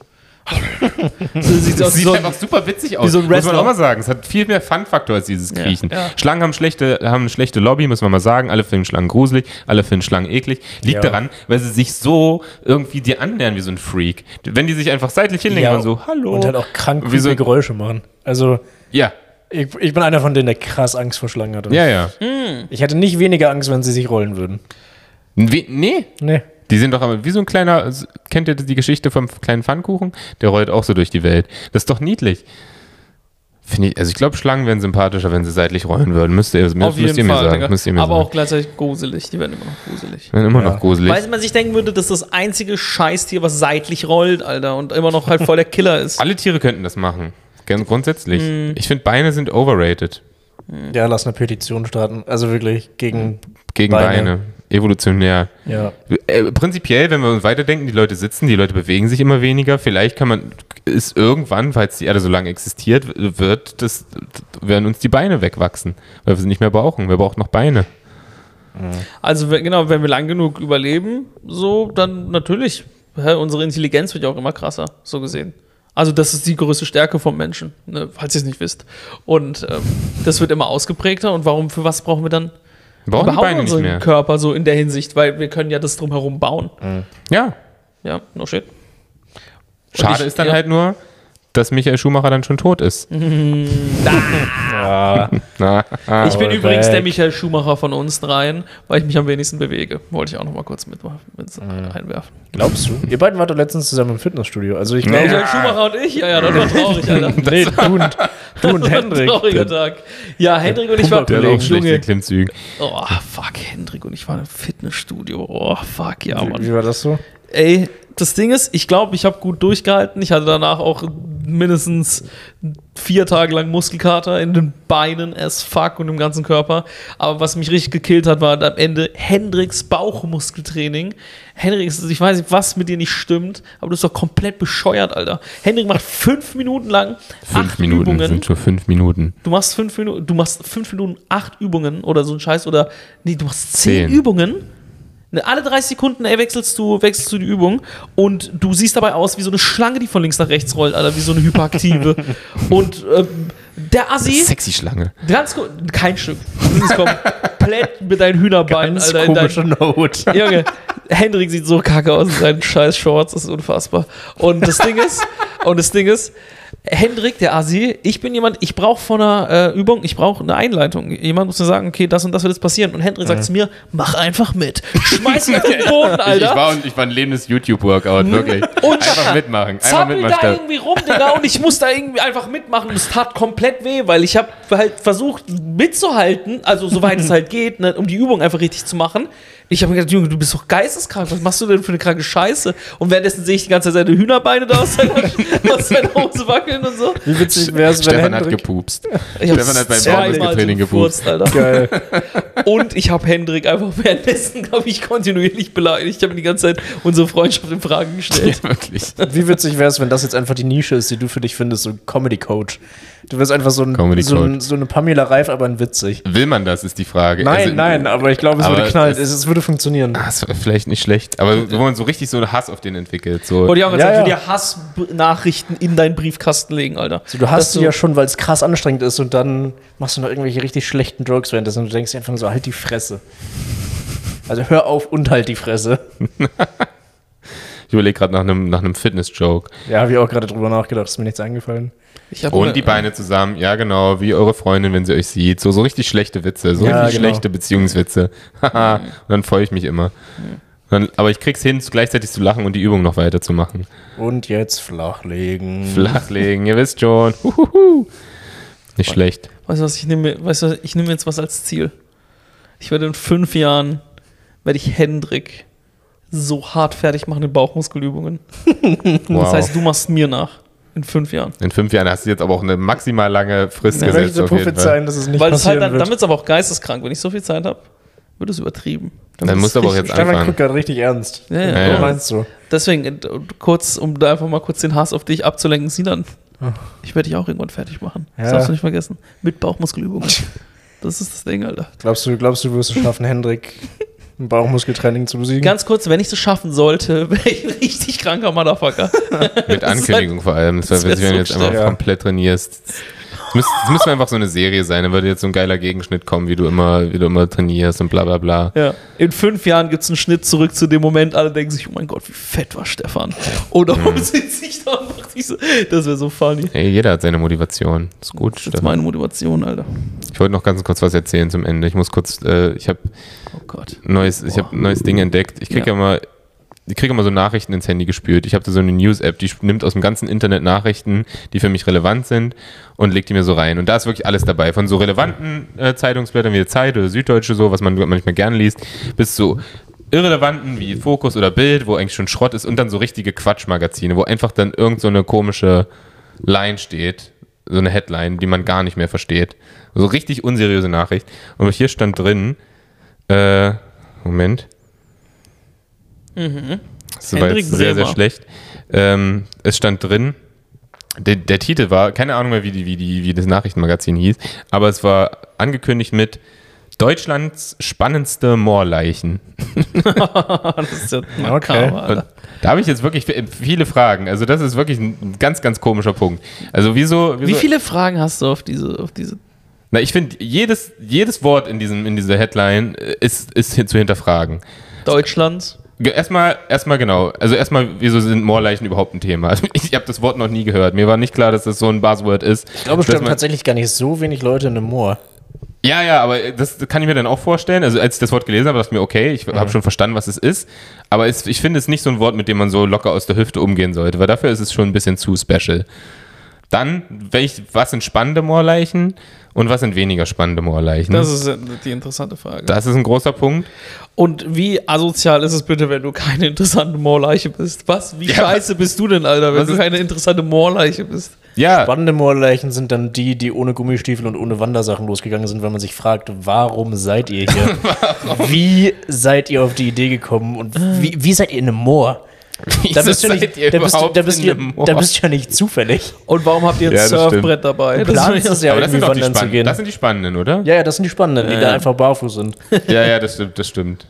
so, sieht
Das
aus, wie
sieht
so
einfach
ein,
super witzig aus.
so ein
muss man
Wrestler.
auch mal sagen. Es hat viel mehr Fun-Faktor als dieses
Ja.
Kriechen.
Ja.
Schlangen haben schlechte, haben eine schlechte Lobby, muss man mal sagen. Alle finden Schlangen gruselig, alle finden Schlangen eklig. Liegt
Ja.
daran, weil sie sich so irgendwie dir annähern wie so ein Freak. Wenn die sich einfach seitlich hinlegen
Ja.
und so, hallo.
Und halt auch krank
Wie so-
creepy Geräusche machen. Also,
ja,
ich, ich bin einer von denen, der krass Angst vor Schlangen hat.
ja, ja.
Ich hätte nicht weniger Angst, wenn sie sich rollen würden.
Wie, nee,
Nee.
Die sind doch aber wie so ein kleiner, kennt ihr die Geschichte vom kleinen Pfannkuchen? Der rollt auch so durch die Welt. Das ist doch niedlich. Finde ich, also ich glaube, Schlangen wären sympathischer, wenn sie seitlich rollen würden. Müsst ihr, müsst,
auf
müsst ihr
jeden
mir
Fall.
sagen.
Digga.
Müsst ihr mir
Aber
sagen.
auch gleichzeitig gruselig. Die werden immer noch gruselig.
Wären immer
Ja.
noch gruselig.
Weil man sich denken würde, dass das einzige Scheißtier, was seitlich rollt, Alter, und immer noch halt voll der Killer ist.
Alle Tiere könnten das machen. Ganz grundsätzlich.
Hm.
Ich finde, Beine sind overrated. Hm.
Ja, lass eine Petition starten. Also wirklich gegen.
Gegen Beine.
Beine.
Evolutionär.
Ja.
Äh, prinzipiell, wenn wir uns weiterdenken, die Leute sitzen, die Leute bewegen sich immer weniger. Vielleicht kann man, ist irgendwann, falls die Erde so lange existiert, wird das, werden uns die Beine wegwachsen, weil wir sie nicht mehr brauchen. Wir brauchen noch Beine.
Also wenn- genau, wenn wir lang genug überleben, so, dann natürlich. Hä, unsere Intelligenz wird ja auch immer krasser, so gesehen. Also das ist die größte Stärke vom Menschen, ne, falls ihr es nicht wisst. Und ähm, das wird immer ausgeprägter. Und warum, für was brauchen wir dann
Wir brauchen die
überhaupt
Beine nicht
unseren
mehr.
Körper so in der Hinsicht? Weil wir können ja das drumherum bauen.
Ja.
Ja, no shit.
Schade
ich-
ist dann
ja. Mhm.
halt nur, dass Michael Schumacher dann schon tot ist.
ja.
Na, ah.
ich bin
Alright.
übrigens der Michael Schumacher von uns dreien, weil ich mich am wenigsten bewege. Wollte ich auch noch mal kurz mitmachen, mit einwerfen.
<laughs> Glaubst du? Ihr beiden wart doch letztens zusammen im Fitnessstudio. Also ich
Nee.
glaube.
Michael Schumacher und ich? Ja, ja, das war traurig, Alter.
<laughs> Nee, <laughs> du und, du
<laughs>
und Hendrik.
Ein trauriger Tag. Ja, Hendrik und ich waren
der hat auch schlechte
Junge.
Klimmzüge.
Oh, fuck, Hendrik und ich waren im Fitnessstudio. Oh, fuck, ja,
Wie,
Mann.
wie war das so?
Ey, das Ding ist, ich glaube, ich habe gut durchgehalten. Ich hatte danach auch mindestens vier Tage lang Muskelkater in den Beinen, as fuck und im ganzen Körper. Aber was mich richtig gekillt hat, war am Ende Hendricks Bauchmuskeltraining. Hendrik, ist- ich weiß nicht, was mit dir nicht stimmt, aber du bist doch komplett bescheuert, Alter. Hendrik macht fünf Minuten lang
Fünf
acht
Minuten
Übungen.
sind schon fünf Minuten.
Du machst fünf Minuten, du machst fünf Minuten acht Übungen oder so ein Scheiß oder nee, du machst zehn,
Zehn.
Übungen. Ne, Alle 30 Sekunden ey, wechselst du, wechselst du die Übung und du siehst dabei aus wie so eine Schlange, die von links nach rechts rollt, Alter, wie so eine hyperaktive. und ähm, der Assi,
Sexy Schlange.
ganz gut, kein Stück. Du siehst komplett mit deinen Hühnerbeinen,
Ganz
Alter, in deinen
komische Note.
Junge, Hendrik sieht so kacke aus in seinen scheiß Shorts, das ist unfassbar. Und das Ding ist, und das Ding ist, Hendrik, der Asi, ich bin jemand, ich brauche von einer äh, Übung, ich brauche eine Einleitung. Jemand muss mir sagen, okay, das und das wird jetzt passieren. Und Hendrik sagt zu mir, mach einfach mit. Schmeiß mich auf den Boden,
Mhm. Ich, ich,
Alter.
war, ich war ein lebendes YouTube-Workout, wirklich.
Und
Einfach mitmachen. Einfach
zappel
mitmachen.
da
Statt.
irgendwie rum, Digga, und ich muss da irgendwie einfach mitmachen. Und es tat komplett weh, weil ich habe halt versucht mitzuhalten, also
<laughs>
soweit es halt geht, ne, um die Übung einfach richtig zu machen. Ich habe mir gedacht, Junge, du bist doch geisteskrank, was machst du denn für eine kranke Scheiße? Und währenddessen sehe ich die ganze Zeit seine Hühnerbeine da
<laughs>
aus seiner, aus seiner Hose wackeln und so.
Wie witzig wäre es, wenn
Stefan hat
Hendrik...
gepupst. <laughs>
Ich hab
Stefan hat beim
zweimal
Bauchmuskeltraining
gefurzt, Alter.
<laughs> Geil.
Und ich habe Hendrik einfach währenddessen, <laughs> glaube ich, kontinuierlich beleidigt. Ich habe die ganze Zeit unsere Freundschaft in Frage gestellt.
Ja, wirklich.
Wie witzig wäre es, wenn das jetzt einfach die Nische ist, die du für dich findest, so ein Comedy-Coach. Du wirst einfach so, ein,
Comedy
so, ein,
Coach.
so eine Pamela Reif, aber ein witzig.
Will man das, ist die Frage.
Nein,
Also,
nein, aber ich glaube, es Also
aber
würde knallen. Es,
es-
es würde funktionieren.
Ah, ist vielleicht nicht schlecht. Aber wo man so richtig so einen Hass auf den entwickelt. So.
Wollte ich auch ganz
Ja,
sagen, ich
ja.
würde dir Hassnachrichten in deinen Briefkasten legen, Alter.
So, du hast
Dass
sie ja schon, weil es krass anstrengend ist und dann machst du noch irgendwelche richtig schlechten Jokes währenddessen und du denkst dir einfach nur so, halt die Fresse. Also hör auf und halt die Fresse.
Ich überlege gerade nach einem, nach einem Fitness-Joke.
Ja, habe ich auch gerade drüber nachgedacht, ist mir nichts eingefallen.
Ich hab
Und
eine-
die Beine zusammen, ja genau, wie eure Freundin, wenn sie euch sieht. So, so richtig schlechte Witze, so
Ja,
richtig
genau.
schlechte Beziehungswitze. <laughs> Haha. und dann freue ich mich immer. Dann, aber ich krieg's hin, gleichzeitig zu lachen und die Übung noch weiterzumachen.
Und jetzt flachlegen.
Flachlegen, ihr wisst schon. Huhuhu. Nicht schlecht.
Weißt du was, ich nehme, weißt du, was, ich nehme jetzt was als Ziel. Ich werde in fünf Jahren, werde ich Hendrik so hart fertig machen in Bauchmuskelübungen.
Wow.
Das heißt, du machst mir nach. In fünf Jahren.
In fünf Jahren hast du jetzt aber auch eine maximal lange Frist
ich
gesetzt.
möchte
Auf jeden Fall.
prophezeien, dass es nicht
Weil das halt
passieren
dann,
wird.
damit es aber auch geisteskrank, wenn ich so viel Zeit habe, wird es übertrieben.
Dann musst du aber auch jetzt
Stefan
anfangen.
guckt gerade richtig ernst.
Ja, ja.
Ja,
Was
ja.
meinst du?
Deswegen, äh, und kurz, um da einfach mal kurz den Hass auf dich abzulenken, Sinan, ich werde dich auch irgendwann fertig machen. Das
Ja.
darfst du nicht vergessen. Mit Bauchmuskelübungen. Das ist das Ding, Alter.
Glaubst du, glaubst du, wirst es schaffen, Hendrik ein Bauchmuskeltraining zu besiegen?
Ganz kurz, wenn ich das schaffen sollte, <laughs> wäre ich ein richtig kranker Motherfucker. <laughs>
Mit Ankündigung vor allem. Das
Das
wäre,
wär
wenn du
so
jetzt
stark.
einfach
Ja.
komplett trainierst. Es müsste, es müsste einfach so eine Serie sein. Da würde jetzt so ein geiler Gegenschnitt kommen, wie du immer, wie du immer trainierst und bla bla bla.
Ja. In fünf Jahren gibt es einen Schnitt zurück zu dem Moment, alle denken sich, oh mein Gott, wie fett war Stefan. Oder warum sind sich da und macht sich so. Das wäre so funny.
Hey, jeder hat seine Motivation. Ist gut.
Das ist jetzt
Stefan.
meine Motivation, Alter.
Ich wollte noch ganz kurz was erzählen zum Ende. Ich muss kurz, äh, ich habe
Oh Gott. <laughs>
neues, ich habe neues Ding entdeckt. Ich kriege
Ja.
ja. mal, ich kriege immer so Nachrichten ins Handy gespült. Ich habe da so eine News-App, die sp- nimmt aus dem ganzen Internet Nachrichten, die für mich relevant sind und legt die mir so rein. Und da ist wirklich alles dabei, von so relevanten äh, Zeitungsblättern wie der Zeit oder Süddeutsche so, was man manchmal gerne liest, bis zu irrelevanten wie Fokus oder Bild, wo eigentlich schon Schrott ist und dann so richtige Quatschmagazine, wo einfach dann irgend so eine komische Line steht, so eine Headline, die man gar nicht mehr versteht. So richtig unseriöse Nachricht. Und hier stand drin, äh, Moment. Das war
Mhm. Hendrik
jetzt sehr, sehr
Bremer.
schlecht. Ähm, es stand drin, der, der Titel war, keine Ahnung mehr, wie, die, wie, die, wie das Nachrichtenmagazin hieß, aber es war angekündigt mit Deutschlands spannendste Moorleichen.
Das ist ja makaber,
Und
Alter.
da habe ich jetzt wirklich viele Fragen. Also das ist wirklich ein ganz, ganz komischer Punkt. Also wieso... wieso
Wie viele Fragen hast du auf diese, auf diese
Na, ich finde, jedes, jedes Wort in, diesem, in dieser Headline äh, ist, ist hin- zu hinterfragen.
Deutschlands?
Ge- Erstmal, erstmal genau. Also erstmal, wieso sind Moorleichen überhaupt ein Thema? Also Ich habe das Wort noch nie gehört. Mir war nicht klar, dass das so ein Buzzword ist.
Ich glaube, es
Dass
sterben
man-
tatsächlich gar nicht so wenig Leute in einem Moor.
Ja, ja, aber das kann ich mir dann auch vorstellen. Also als ich das Wort gelesen habe, dachte ich mir, okay, ich
Mhm.
habe schon verstanden, was es ist. Aber es, ich finde es nicht so ein Wort, mit dem man so locker aus der Hüfte umgehen sollte, weil dafür ist es schon ein bisschen zu special. Dann, welch, was sind spannende Moorleichen und was sind weniger spannende Moorleichen?
Das ist
Hm?
äh, die interessante Frage.
Das ist ein großer Punkt.
Und wie asozial ist es bitte, wenn du keine interessante Moorleiche bist? Was? Wie
Ja,
scheiße bist du denn, Alter, wenn
was
du
ist-
keine interessante Moorleiche bist?
Ja, <laughs>
Spannende Moorleichen sind dann die, die ohne Gummistiefel und ohne Wandersachen losgegangen sind, weil man sich fragt, warum seid ihr
<laughs>
hier? wie seid ihr auf die Idee gekommen und
Ah.
wie, wie seid ihr in einem Moor? Da bist, du nicht, da, bist du, da, bist du, da bist du ja nicht zufällig.
Und warum habt ihr ein
Ja, das stimmt.
Surfbrett dabei?
Du planst es ja
aber
irgendwie
das sind doch die
wandern zu
Spannenden.
gehen.
Das sind die Spannenden, oder?
Ja, ja, das sind die Spannenden, die
Ja,
da
ja.
einfach barfuß sind.
Ja, ja, das stimmt, das stimmt.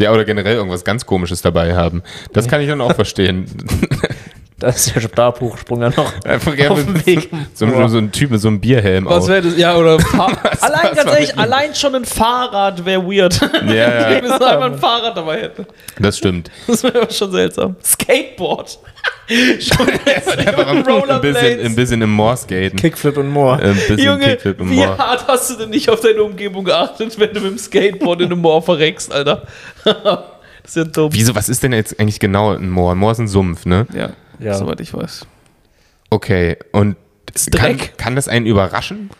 Ja, oder generell irgendwas ganz Komisches dabei haben. Das kann ich dann auch verstehen.
Da ist der Stabhochsprung ja noch.
Einfach gerne
Auf dem
mit
Weg.
so, so, so ein Typ mit so einem Bierhelm
was
auf.
wäre das? Ja,
<laughs>
oder ein Fahrrad. allein,
was
ganz
war
ehrlich,
mit-
allein schon ein Fahrrad wäre weird. <laughs>
Ja,
Wenn
ja,
es einmal ein Fahrrad dabei hätte.
das stimmt.
Das wäre schon seltsam. Skateboard. <laughs>
<laughs>
schon
Einfach ein, ein, bisschen, ein bisschen im Moor skaten. Äh,
Kickflip und Moor.
Ein bisschen
Junge,
Kickflip im
wie
Moor.
hart hast du denn nicht auf deine Umgebung geachtet, wenn du mit dem Skateboard in einem Moor verreckst, Alter? <laughs> das ist ja dumm.
Wieso, was ist denn jetzt eigentlich genau ein Moor? Ein Moor ist ein Sumpf, ne?
Ja,
Ja.
soweit ich weiß.
Okay, und kann,
Dreck.
kann das einen überraschen?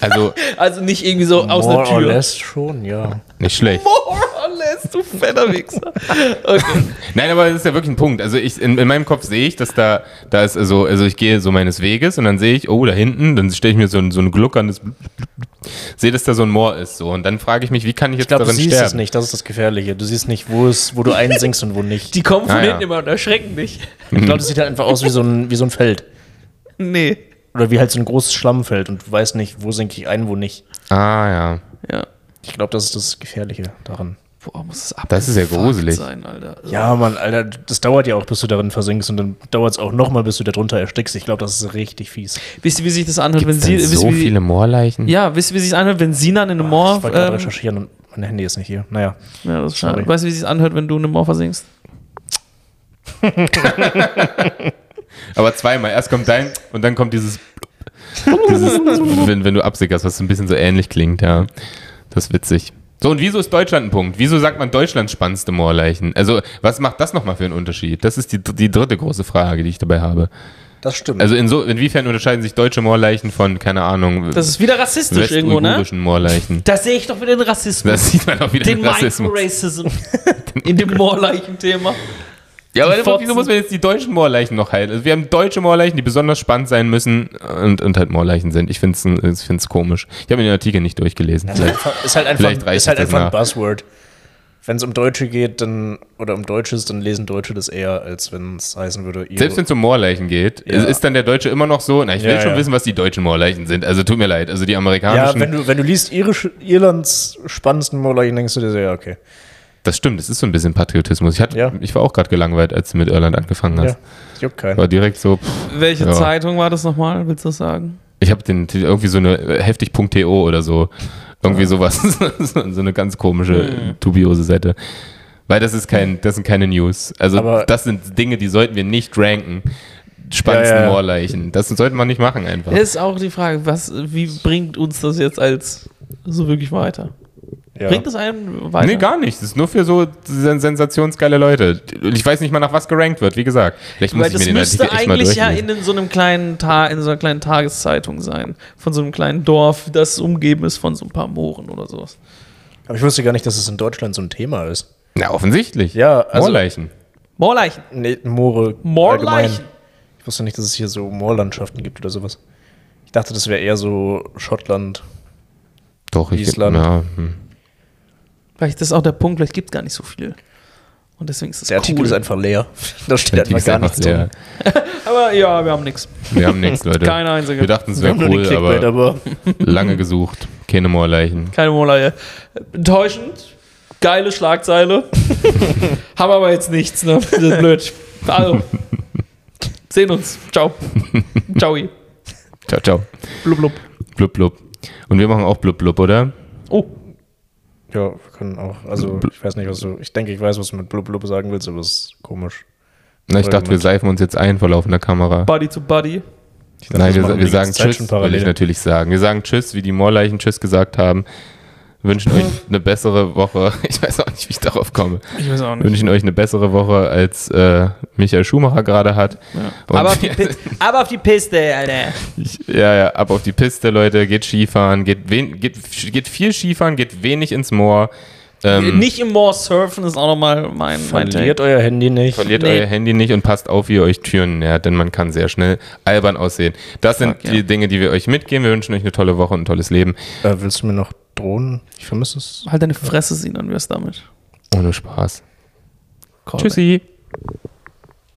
Also,
Also nicht irgendwie so aus
More
der
or
Tür.
less schon, ja.
nicht schlecht.
More or less, du fetter Wichser. Okay.
Nein, aber das ist ja wirklich ein Punkt. Also ich in, in meinem Kopf sehe ich, dass da da ist also also ich gehe so meines Weges und dann sehe ich oh da hinten, dann stelle ich mir so ein so ein gluckerndes blub, blub, blub, sehe, dass da so ein Moor ist so und dann frage ich mich, wie kann ich jetzt
Ich glaube, du
darin
siehst
sterben?
es nicht, das ist das Gefährliche. Du siehst nicht, wo, es, wo du einsinkst und wo nicht.
Die kommen von
Ah, ja.
hinten immer und erschrecken dich. <laughs>
Ich glaube, das sieht halt einfach aus wie so, ein, wie so ein Feld.
Nee.
Oder wie halt so ein großes Schlammfeld und du weißt nicht, wo sinke ich ein, wo nicht.
Ah ja,
Ja.
Ich glaube, das ist das Gefährliche daran.
Boah, muss es ab.
Das ist ja gruselig.
Sein, Alter.
Ja, Mann, Alter, das dauert ja auch, bis du darin versinkst und dann dauert es auch nochmal, bis du da drunter erstickst. Ich glaube, das ist richtig fies.
Wisst ihr, wie sich das anhört, wenn
Sind
sie. Wisst
so
ihr, wie,
viele Moorleichen.
Ja, wisst ihr, wie sich das anhört, wenn Sinan in einem
ich
Moor.
wollte gerade
Ähm,
recherchieren und mein Handy ist nicht hier. Naja.
ja, das ist schade.
Sorry.
Weißt du, wie sich das anhört, wenn du in einem Moor versinkst?
Aber zweimal, erst kommt dein und dann kommt dieses, dieses wenn, wenn du absickerst, was so ein bisschen so ähnlich klingt, ja. Das ist witzig. So, und wieso ist Deutschland ein Punkt? Wieso sagt man Deutschland spannendste Moorleichen? Also, was macht das nochmal für einen Unterschied? Das ist die, die dritte große Frage, die ich dabei habe.
Das stimmt.
Also, inso, inwiefern unterscheiden sich deutsche Moorleichen von, keine Ahnung,
Das ist wieder rassistisch irgendwo, ne?
west-uigurischen Moorleichen?
Das sehe ich doch wieder den Rassismus.
Das sieht man auch wieder
den
im Rassismus. <laughs>
Micro-Racism. in dem Moorleichen-Thema.
Ja, aber
Fotzen.
wieso muss man jetzt die deutschen Moorleichen noch heilen? Also wir haben deutsche Moorleichen, die besonders spannend sein müssen und, und halt Moorleichen sind. Ich find's äh, ich find's komisch. Ich habe den Artikel nicht durchgelesen. Vielleicht.
ist halt
Vielleicht
einfach,
reicht
ist halt
das
einfach
nach.
ein Buzzword. Wenn es um Deutsche geht, dann oder um Deutsches, dann lesen Deutsche das eher, als wenn es heißen würde, ihr-
Selbst wenn es um Moorleichen geht, ist, ist dann der Deutsche immer noch so, na, ich will
Ja,
schon
ja.
wissen, was die deutschen Moorleichen sind. Also tut mir leid. Also die
ja,
amerikanischen,
wenn du, wenn du liest irische, Irlands spannendsten Moorleichen, denkst du dir so, ja, okay.
das stimmt, das ist so ein bisschen Patriotismus. Ich, hatte,
Ja.
ich war auch gerade gelangweilt, als du mit Irland angefangen hast.
Ja, das juckt keinen.
War direkt so, pff,
Welche
Ja.
Zeitung war das nochmal? Willst du das sagen?
ich habe den irgendwie so eine äh, heftig.to oder so. Irgendwie sowas. <laughs> so so eine ganz komische, äh, dubiose Seite. Weil das ist kein, das sind keine News. Also
Aber-
das sind Dinge, die sollten wir nicht ranken. Spannendsten
Ja, ja.
Moorleichen. Das sollte man nicht machen einfach.
Ist auch die Frage, was, wie bringt uns das jetzt als so wirklich weiter?
Ja.
Bringt es einen weiter?
Nee, gar nicht. Das ist nur für so sen sensationsgeile Leute. Und Ich weiß nicht mal, nach was gerankt wird, wie gesagt. Vielleicht muss ich
Weil
mir
das
den
müsste
Artikel echt mal
eigentlich ja
durchlesen.
in so einem kleinen Ta in so einer kleinen Tageszeitung sein. Von so einem kleinen Dorf, das umgeben ist von so ein paar Mooren oder sowas.
Aber ich wusste gar nicht, dass es in Deutschland so ein Thema ist.
Na, offensichtlich.
Ja, also-
Moorleichen.
Moorleichen.
Nee, Moore.
Moorleichen.
allgemein. Ich wusste nicht, dass es hier so Moorlandschaften gibt oder sowas. Ich dachte, das wäre eher so Schottland.
Doch, ich
Island.
Ja, hm.
Vielleicht ist auch der Punkt, vielleicht gibt es gar nicht so viel. Und deswegen ist das
Der
cool.
Artikel ist einfach leer. <laughs> Da steht
Die
einfach
ist
gar
einfach
nichts
leer.
drin.
Aber ja, wir haben nichts.
Wir haben nichts, Leute.
Keine einzige.
Wir dachten, es wäre
nur den
cool,
Clickbait,
aber
aber
lange gesucht. Keine Moorleichen.
Keine Moorleiche. Enttäuschend. Geile Schlagzeile. haben aber jetzt nichts, ne? Das ist blöd. Also, sehen uns. Ciao. Ciao. Blub,
Ciao, ciao.
blub.
Blub, blub. Und wir machen auch blub, blub, oder?
Oh,
Ja, wir können auch. Also, ich weiß nicht, was du. Ich denke, ich weiß, was du mit Blub Blub sagen willst, aber es ist komisch.
Na, ich
Oder
dachte, wir
Moment.
seifen uns jetzt ein vor laufender Kamera.
Buddy zu Buddy.
Ich dachte,
Nein,
das
wir,
machen
wir
die
sagen
ganze Zeit
Tschüss,
schon
will ich
parallel.
natürlich sagen. Wir sagen Tschüss, wie die Moorleichen Tschüss gesagt haben. wünschen euch eine bessere Woche. <laughs> Ich weiß auch nicht, wie ich darauf komme.
Ich weiß auch nicht.
Wünschen euch eine bessere Woche, als äh, Michael Schumacher gerade hat. Und-
Aber auf, die Pi- aber auf die Piste, Alter.
Ich- <laughs> Ja, ja, ab auf die Piste, Leute. Geht Skifahren, geht, wen, geht, geht viel Skifahren, geht wenig ins Moor. Ähm,
Nicht im Moor surfen ist auch nochmal mein, mein Take.
Verliert euer Handy nicht.
Verliert
Nee.
euer Handy nicht und passt auf, wie ihr euch Türen nähert, denn man kann sehr schnell albern aussehen. Das sind
Fuck, ja.
die Dinge, die wir euch mitgeben. Wir wünschen euch eine tolle Woche und ein tolles Leben.
Äh, willst du mir noch drohen? Ich vermisse es.
Halt deine Fresse, Sinan, wirst damit.
Ohne Spaß.
Callback.
Tschüssi.